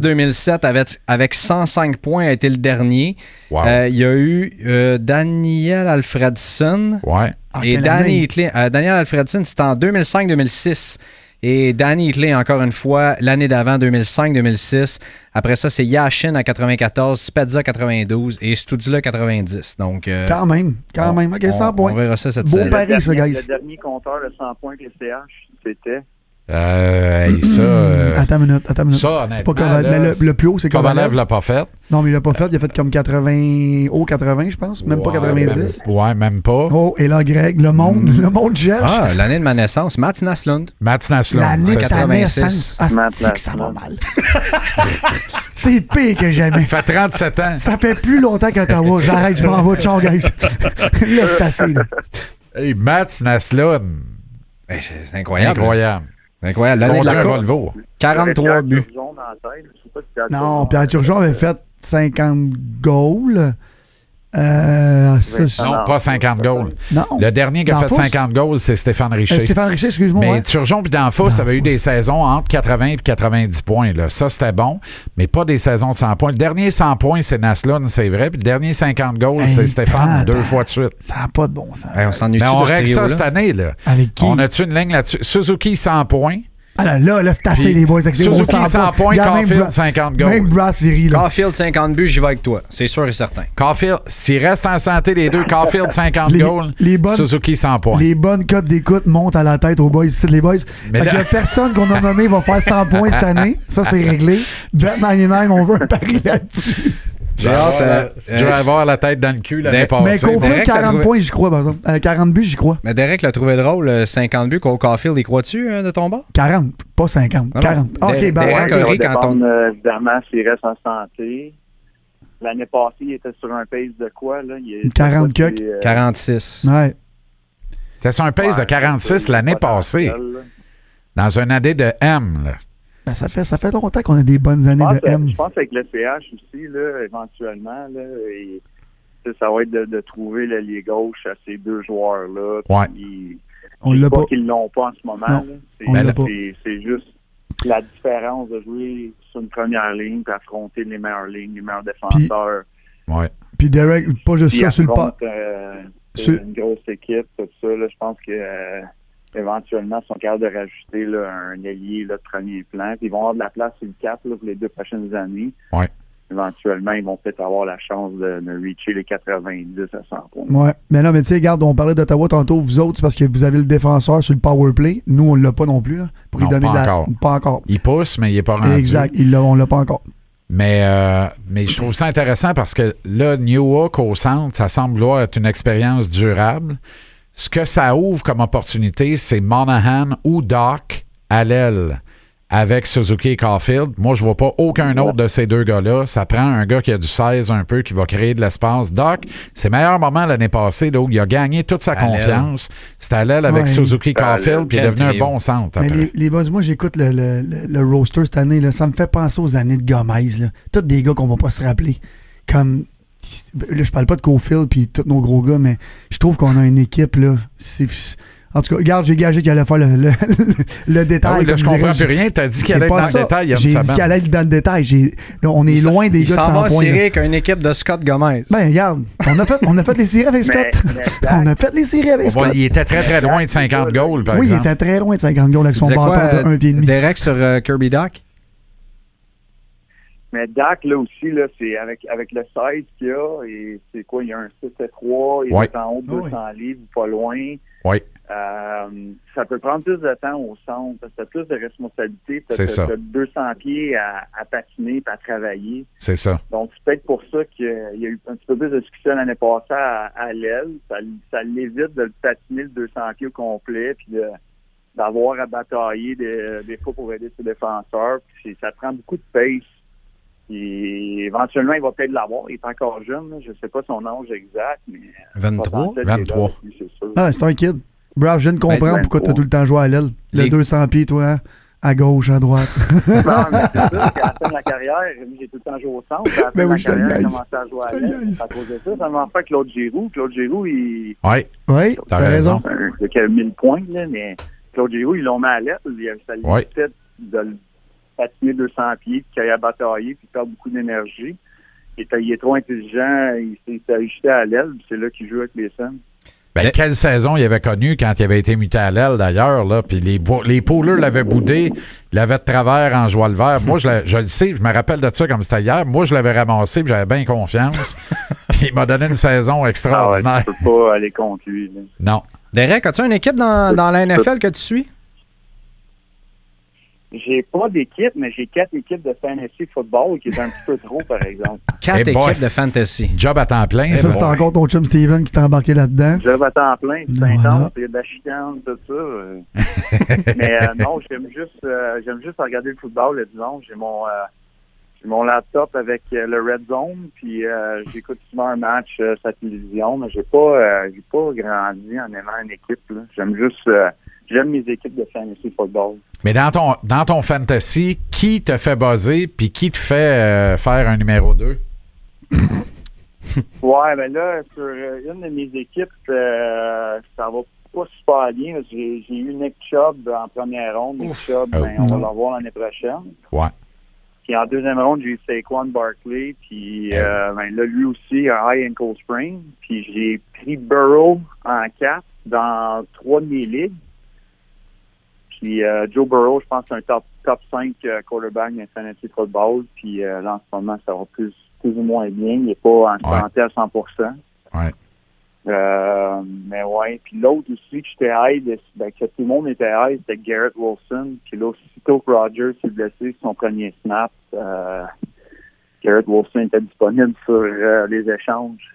Speaker 3: 2006-2007, avec, avec 105 points, a été le dernier.
Speaker 4: Wow.
Speaker 3: Euh, il y a eu euh, Daniel Alfredson
Speaker 4: ouais.
Speaker 5: Ah,
Speaker 3: et
Speaker 5: quelle
Speaker 3: Danny
Speaker 5: année.
Speaker 3: Hitley. Euh, Daniel Alfredson, c'était en 2005-2006. Et Danny Hitley, encore une fois, l'année d'avant, 2005-2006. Après ça, c'est Yashin à 94, Spezza 92 et Studula 90. Donc, euh,
Speaker 5: Quand même, quand
Speaker 3: on-
Speaker 5: même. OK, 100
Speaker 3: on,
Speaker 5: points.
Speaker 3: on verra ça cette
Speaker 5: Beau
Speaker 3: saison.
Speaker 5: pari. Paris, ça,
Speaker 6: le, dernier,
Speaker 5: guys.
Speaker 6: le dernier compteur de 100 points que le CH, c'était.
Speaker 4: Euh, hey, ça, euh,
Speaker 5: Attends une minute, attends une minute.
Speaker 4: ça,
Speaker 5: c'est
Speaker 4: honnêtement,
Speaker 5: pas Kovalev.
Speaker 4: là,
Speaker 5: Mais le, le plus haut, c'est
Speaker 4: Kovalev
Speaker 5: Kovalev.
Speaker 4: l'a pas fait.
Speaker 5: Non, mais il l'a pas fait. Il a fait comme 80, haut 80, je pense. Même pas
Speaker 4: Ouais,
Speaker 5: 90.
Speaker 4: même- Ouais, Mm. même pas.
Speaker 5: Oh, et là, Greg, le monde, le monde cherche.
Speaker 3: Ah, l'année de ma naissance, Mats Naslund.
Speaker 4: Mats Naslund.
Speaker 5: L'année
Speaker 4: c'est
Speaker 5: de
Speaker 4: ça.
Speaker 5: ta
Speaker 3: 86.
Speaker 5: naissance. Asti Ah, que ça va mal. c'est pire que jamais.
Speaker 4: Il fait 37 ans.
Speaker 5: Ça fait plus longtemps qu'Ottawa. J'arrête, je m'en vais. Ciao, guys. là, c'est assez. là.
Speaker 4: Hey, Mats Naslund.
Speaker 3: Eh, C'est c'est incroyable.
Speaker 4: Incroyable.
Speaker 3: Incroyable. L'année de
Speaker 4: Conduit
Speaker 3: la
Speaker 4: un
Speaker 3: Coupe,
Speaker 4: Volvo.
Speaker 3: 43 buts.
Speaker 6: Dans la tête, je sais pas si euh, c'est à
Speaker 5: Non,
Speaker 6: toi.
Speaker 5: Pierre Turgeon avait fait 50 goals. Euh, ça, c'est-
Speaker 4: Non,
Speaker 6: Non.
Speaker 4: pas 50 goals.
Speaker 5: non.
Speaker 4: Le dernier qui a
Speaker 5: Oh. Dans
Speaker 4: fait
Speaker 5: Fausse-
Speaker 4: 50 goals, c'est Stéphane
Speaker 5: Euh,
Speaker 4: Richer.
Speaker 5: Stéphane Richer, excuse-moi.
Speaker 4: Mais
Speaker 5: ouais.
Speaker 4: Turgeon puis Danfoss, ça avait eu
Speaker 5: Danfoss.
Speaker 4: des saisons entre 80 et 90 points. Là. Ça, c'était bon, mais pas des saisons de 100 points. Le dernier 100 points, c'est Naslund, c'est vrai. Puis le dernier 50 goals,
Speaker 5: Hey,
Speaker 4: c'est Stéphane,
Speaker 5: attends,
Speaker 4: deux
Speaker 5: attends.
Speaker 4: fois de suite.
Speaker 5: Ça n'a pas de bon sens.
Speaker 3: Eh, on s'ennuie-tu
Speaker 4: Mais on
Speaker 3: de ce
Speaker 4: règle ça
Speaker 3: trio-là?
Speaker 4: cette année. Là.
Speaker 5: Avec qui?
Speaker 4: On a-tu une ligne là-dessus? Suzuki 100 points.
Speaker 5: Ah là, là, là, c'est assez,
Speaker 4: Puis
Speaker 5: les boys. Avec des
Speaker 4: Suzuki,
Speaker 5: gros
Speaker 4: 100 points,
Speaker 5: Regarde, même
Speaker 4: Caulfield,
Speaker 5: Bra-
Speaker 4: 50 goals.
Speaker 5: Même Brass série, là.
Speaker 3: Caulfield, 50 buts, j'y vais avec toi. C'est sûr et certain.
Speaker 4: Caulfield, s'ils restent en santé, les deux, Caulfield 50
Speaker 5: Les-
Speaker 4: goals,
Speaker 5: les bonnes-
Speaker 4: Suzuki 100 points.
Speaker 5: Les bonnes cotes d'écoute montent à la tête aux boys ici, les boys.
Speaker 4: Mais
Speaker 5: fait que
Speaker 4: là-
Speaker 5: la personne qu'on a nommée va faire 100 points cette année. Ça, c'est réglé. Bet99, on veut un pari là-dessus.
Speaker 3: J'ai hâte. euh,
Speaker 4: Je vais
Speaker 3: euh,
Speaker 4: avoir la tête dans le cul l'année
Speaker 3: Mais-
Speaker 5: Mais
Speaker 4: passée.
Speaker 5: qu'on
Speaker 3: vrai
Speaker 5: fait
Speaker 3: que t'as
Speaker 5: 40
Speaker 3: trouvé-
Speaker 5: points, j'y crois, par exemple. Euh, 40 buts, j'y crois.
Speaker 3: mais Derek l'a trouvé drôle, euh, 50 buts. Cole Caulfield, y crois-tu euh, de ton bord?
Speaker 5: 40, pas 50.
Speaker 3: Non, non.
Speaker 5: 40.
Speaker 3: Des-
Speaker 5: OK, ben
Speaker 3: des
Speaker 5: ouais,
Speaker 3: records.
Speaker 5: ok.
Speaker 3: Corée, quand
Speaker 6: Ça va
Speaker 3: on-
Speaker 6: dépendre, euh, évidemment, s'il reste en santé. L'année passée, il était sur un pace de quoi, là? Il est-
Speaker 5: 40
Speaker 6: c'est, euh,
Speaker 5: coques.
Speaker 3: 46.
Speaker 5: Ouais.
Speaker 4: C'était sur un pace de
Speaker 6: ouais,
Speaker 4: 46
Speaker 6: c'est
Speaker 4: l'année
Speaker 6: pas
Speaker 4: passée,
Speaker 6: dans le sol, là.
Speaker 4: dans une année de M. là.
Speaker 5: Ben, ça, fait, ça fait longtemps qu'on a des bonnes années
Speaker 6: Je
Speaker 5: de M.
Speaker 6: pense- Ah, ben, Je pense avec le CH aussi, là, éventuellement, là, et, tu sais, ça va être de, de trouver l'allié gauche à ces deux joueurs-là.
Speaker 4: Ouais.
Speaker 6: Puis,
Speaker 5: On
Speaker 6: c'est
Speaker 5: l'a pas.
Speaker 6: qu'ils l'ont pas en ce moment.
Speaker 5: Non,
Speaker 6: là. C'est-
Speaker 5: on l'a
Speaker 6: c'est-
Speaker 5: pas.
Speaker 6: C'est juste la différence de jouer sur une première ligne puis affronter les meilleures lignes, les meilleurs défenseurs.
Speaker 4: Ouais.
Speaker 5: Puis Derek, pas juste
Speaker 6: Puis
Speaker 5: ça, sur le pas.
Speaker 6: affronte, euh,
Speaker 5: sur-
Speaker 6: une grosse équipe, tout ça. là, je pense que euh, éventuellement, ils sont capables de rajouter là, un ailier là, de premier plan. Puis ils vont avoir de la place sur le cap là, pour les deux prochaines années.
Speaker 4: Ouais.
Speaker 6: Éventuellement, ils vont peut-être avoir la chance de, de reacher les 90 à 100 points.
Speaker 5: Ouais. Mais non, mais tu sais, regarde, on parlait d'Ottawa tantôt, vous autres, c'est parce que vous avez le défenseur sur le power play. Nous, on l'a pas non plus, là, pour
Speaker 4: Non,
Speaker 5: lui donner
Speaker 4: pas
Speaker 5: de la.
Speaker 4: encore.
Speaker 5: Pas encore.
Speaker 4: Il pousse, mais il n'est pas rendu.
Speaker 5: Exact, il l'a- on l'a pas encore.
Speaker 4: Mais, euh, mais je trouve ça intéressant parce que là, New York au centre, ça semble vouloir être une expérience durable. Ce que ça ouvre comme opportunité, c'est Monahan ou Doc à l'aile avec Suzuki et Caulfield. Moi, je vois pas aucun autre de ces deux gars-là. Ça prend un gars qui a du 16 un peu, qui va créer de l'espace. Doc, c'est meilleur moment l'année passée, là, où il a gagné toute sa
Speaker 3: l'aile.
Speaker 4: confiance. C'est à l'aile avec
Speaker 5: Ouais.
Speaker 4: Suzuki et Caulfield,
Speaker 3: l'aile.
Speaker 4: puis il est
Speaker 3: Quel
Speaker 4: devenu un
Speaker 3: trio.
Speaker 4: bon centre.
Speaker 5: Mais
Speaker 4: après.
Speaker 5: les, les boys, moi, j'écoute le, le- le- le roster cette année. Là, ça me fait penser aux années de Gomez. Là. Tous des gars qu'on va pas se rappeler. Comme. Là, je parle pas de Cofield puis tous nos gros gars, mais je trouve qu'on a une équipe. là. C'est- En tout cas, regarde, j'ai gagé qu'il allait faire le, le- le- le détail.
Speaker 4: Ah oui, là,
Speaker 5: comme
Speaker 4: je
Speaker 5: dirais-
Speaker 4: comprends plus rien. T'as dit
Speaker 5: C'est
Speaker 4: qu'elle allait être
Speaker 5: pas
Speaker 4: dans
Speaker 5: ça.
Speaker 4: le détail il y a une
Speaker 5: J'ai dit
Speaker 4: semaine.
Speaker 5: qu'elle allait dans le détail. J'ai- là, on est
Speaker 3: Il
Speaker 5: loin
Speaker 3: s'en-
Speaker 5: des
Speaker 3: il
Speaker 5: gars de
Speaker 3: s'en
Speaker 5: 100
Speaker 3: va,
Speaker 5: points. là.
Speaker 3: Cyril, avec une équipe de Scott Gomez.
Speaker 5: Ben, regarde, on a fait, on a fait les séries avec Scott.
Speaker 6: Mais- mais Dak-
Speaker 5: on a fait les séries avec
Speaker 4: On va-
Speaker 5: Scott.
Speaker 4: il était très, très loin de 50 goals, par
Speaker 5: oui, il
Speaker 4: exemple.
Speaker 5: était très loin de 50 goals avec
Speaker 3: Tu
Speaker 5: son
Speaker 3: disais
Speaker 5: bâton
Speaker 3: quoi,
Speaker 5: de
Speaker 3: euh,
Speaker 5: 1 pied et demi.
Speaker 3: Derek sur euh, Kirby Doc?
Speaker 6: Mais Dak, là aussi, là, c'est avec, avec le 16 qu'il y a, et c'est quoi, il y a un 6 et 3, il
Speaker 4: Ouais.
Speaker 6: est en haut de
Speaker 5: Ah ouais.
Speaker 6: 200 livres, pas loin.
Speaker 4: Oui.
Speaker 6: Euh, ça peut prendre plus de temps au centre, parce que t'as plus de responsabilités, parce
Speaker 4: C'est
Speaker 6: que
Speaker 4: ça.
Speaker 6: t'as 200 pieds à, à patiner et à travailler.
Speaker 4: C'est ça.
Speaker 6: Donc, c'est peut-être pour ça qu'il y a eu un petit peu plus de succès l'année passée à, à l'aile. Ça, l- ça l'évite de le patiner le 200 pieds au complet, puis de- d'avoir à batailler des, des fois pour aider ses défenseurs. Puis c'est- ça prend beaucoup de pace. Puis éventuellement, il va peut-être l'avoir. Il est encore jeune. là. Je ne sais pas son âge exact, mais...
Speaker 3: 23.
Speaker 6: 67, il est là
Speaker 4: 23.
Speaker 6: aussi, c'est sûr.
Speaker 5: Ah, c'est un kid. Bravo, je viens de comprendre
Speaker 6: Ben,
Speaker 5: pourquoi t'as
Speaker 6: ouais.
Speaker 5: tout le temps joué à l'aile. Le
Speaker 3: Les-
Speaker 5: 200 pieds, toi, hein, à gauche, à droite.
Speaker 6: Non, mais c'est ça, puis à la fin de la carrière, j'ai tout le temps joué au centre. puis À la fin
Speaker 5: Ben
Speaker 6: de la
Speaker 5: oui, je te
Speaker 6: carrière, j'ai
Speaker 5: niaise.
Speaker 6: commencé à jouer à
Speaker 5: Je te
Speaker 6: l'aile.
Speaker 5: niaise.
Speaker 6: À cause de ça, ça m'a fait Claude Giroux. Claude Giroux, il... euh,
Speaker 4: Oui,
Speaker 5: oui,
Speaker 4: T'as
Speaker 5: t'as raison.
Speaker 6: un- de quelques 1000 points, là, mais Claude Giroux, ils l'ont mis à l'aide. Il avait fallu
Speaker 4: Ouais.
Speaker 6: peut-être de le patiner 200 pieds, puis qu'il aille à batailler, puis perdre beaucoup d'énergie. Il est- il est trop intelligent, il s'est il s'est ajusté à l'aile, puis c'est là qu'il joue avec les Suns.
Speaker 4: Ben,
Speaker 3: Mais-
Speaker 4: Quelle saison il avait connue quand il avait été muté à l'aile, d'ailleurs, là. Puis les, bo- les pouleux l'avaient boudé, l'avaient de travers en joie le vert. Moi, je, la- je le sais, je me rappelle de ça comme c'était hier. Moi, je l'avais ramassé, puis j'avais bien confiance. Puis il m'a donné une saison
Speaker 6: Ah ouais,
Speaker 4: extraordinaire.
Speaker 6: tu peux pas aller contre lui. là.
Speaker 4: Non.
Speaker 3: Derek, as-tu une équipe dans, dans la NFL que tu suis?
Speaker 6: J'ai pas d'équipe, mais j'ai quatre équipes de fantasy football qui est un petit peu trop, par exemple.
Speaker 3: Quatre
Speaker 4: Eh
Speaker 3: équipes
Speaker 4: boy.
Speaker 3: de fantasy.
Speaker 4: Job à temps plein,
Speaker 5: ça,
Speaker 6: Eh
Speaker 4: ça.
Speaker 5: c'est encore ton chum Steven qui t'a embarqué là-dedans.
Speaker 6: Je à temps plein, c'est
Speaker 5: Voilà.
Speaker 6: intense, il y a de la chicane, tout ça. euh. mais euh, non, j'aime juste euh, j'aime juste regarder le football le dimanche. J'ai mon euh, j'ai mon laptop avec euh, le Red Zone, puis euh, j'écoute souvent un match euh, sur la télévision, mais j'ai pas euh, j'ai pas grandi en aimant une équipe. là. J'aime juste euh, j'aime mes équipes de fantasy football.
Speaker 4: Mais dans ton, dans ton fantasy, qui te fait buzzer, puis qui te fait euh, faire un numéro 2?
Speaker 6: Ouais, mais là, sur euh, une de mes équipes, euh, ça va pas super bien. parce que J'ai j'ai eu Nick Chubb en première ronde. Nick Chubb, ben,
Speaker 5: Oh.
Speaker 6: on va le revoir l'année prochaine.
Speaker 4: Ouais.
Speaker 6: Puis en deuxième ronde, j'ai eu Saquon Barkley. Puis euh, ben, là, lui aussi, un high and cold spring. Puis j'ai pris Burrow en quatre dans trois de mes ligues. Puis euh, Joe Burrow, je pense que c'est un top, top 5 euh, quarterback de fantasy football. Puis euh, là, en ce moment, ça va plus, plus ou moins bien. Il n'est pas en santé à 100
Speaker 4: Ouais.
Speaker 6: Euh, mais ouais. Puis l'autre aussi que j'étais high, de- ben, que tout le monde était high, c'était Garrett Wilson. Puis là, aussitôt que Rogers s'est blessé, son premier snap, euh, Garrett Wilson était disponible sur euh, les échanges.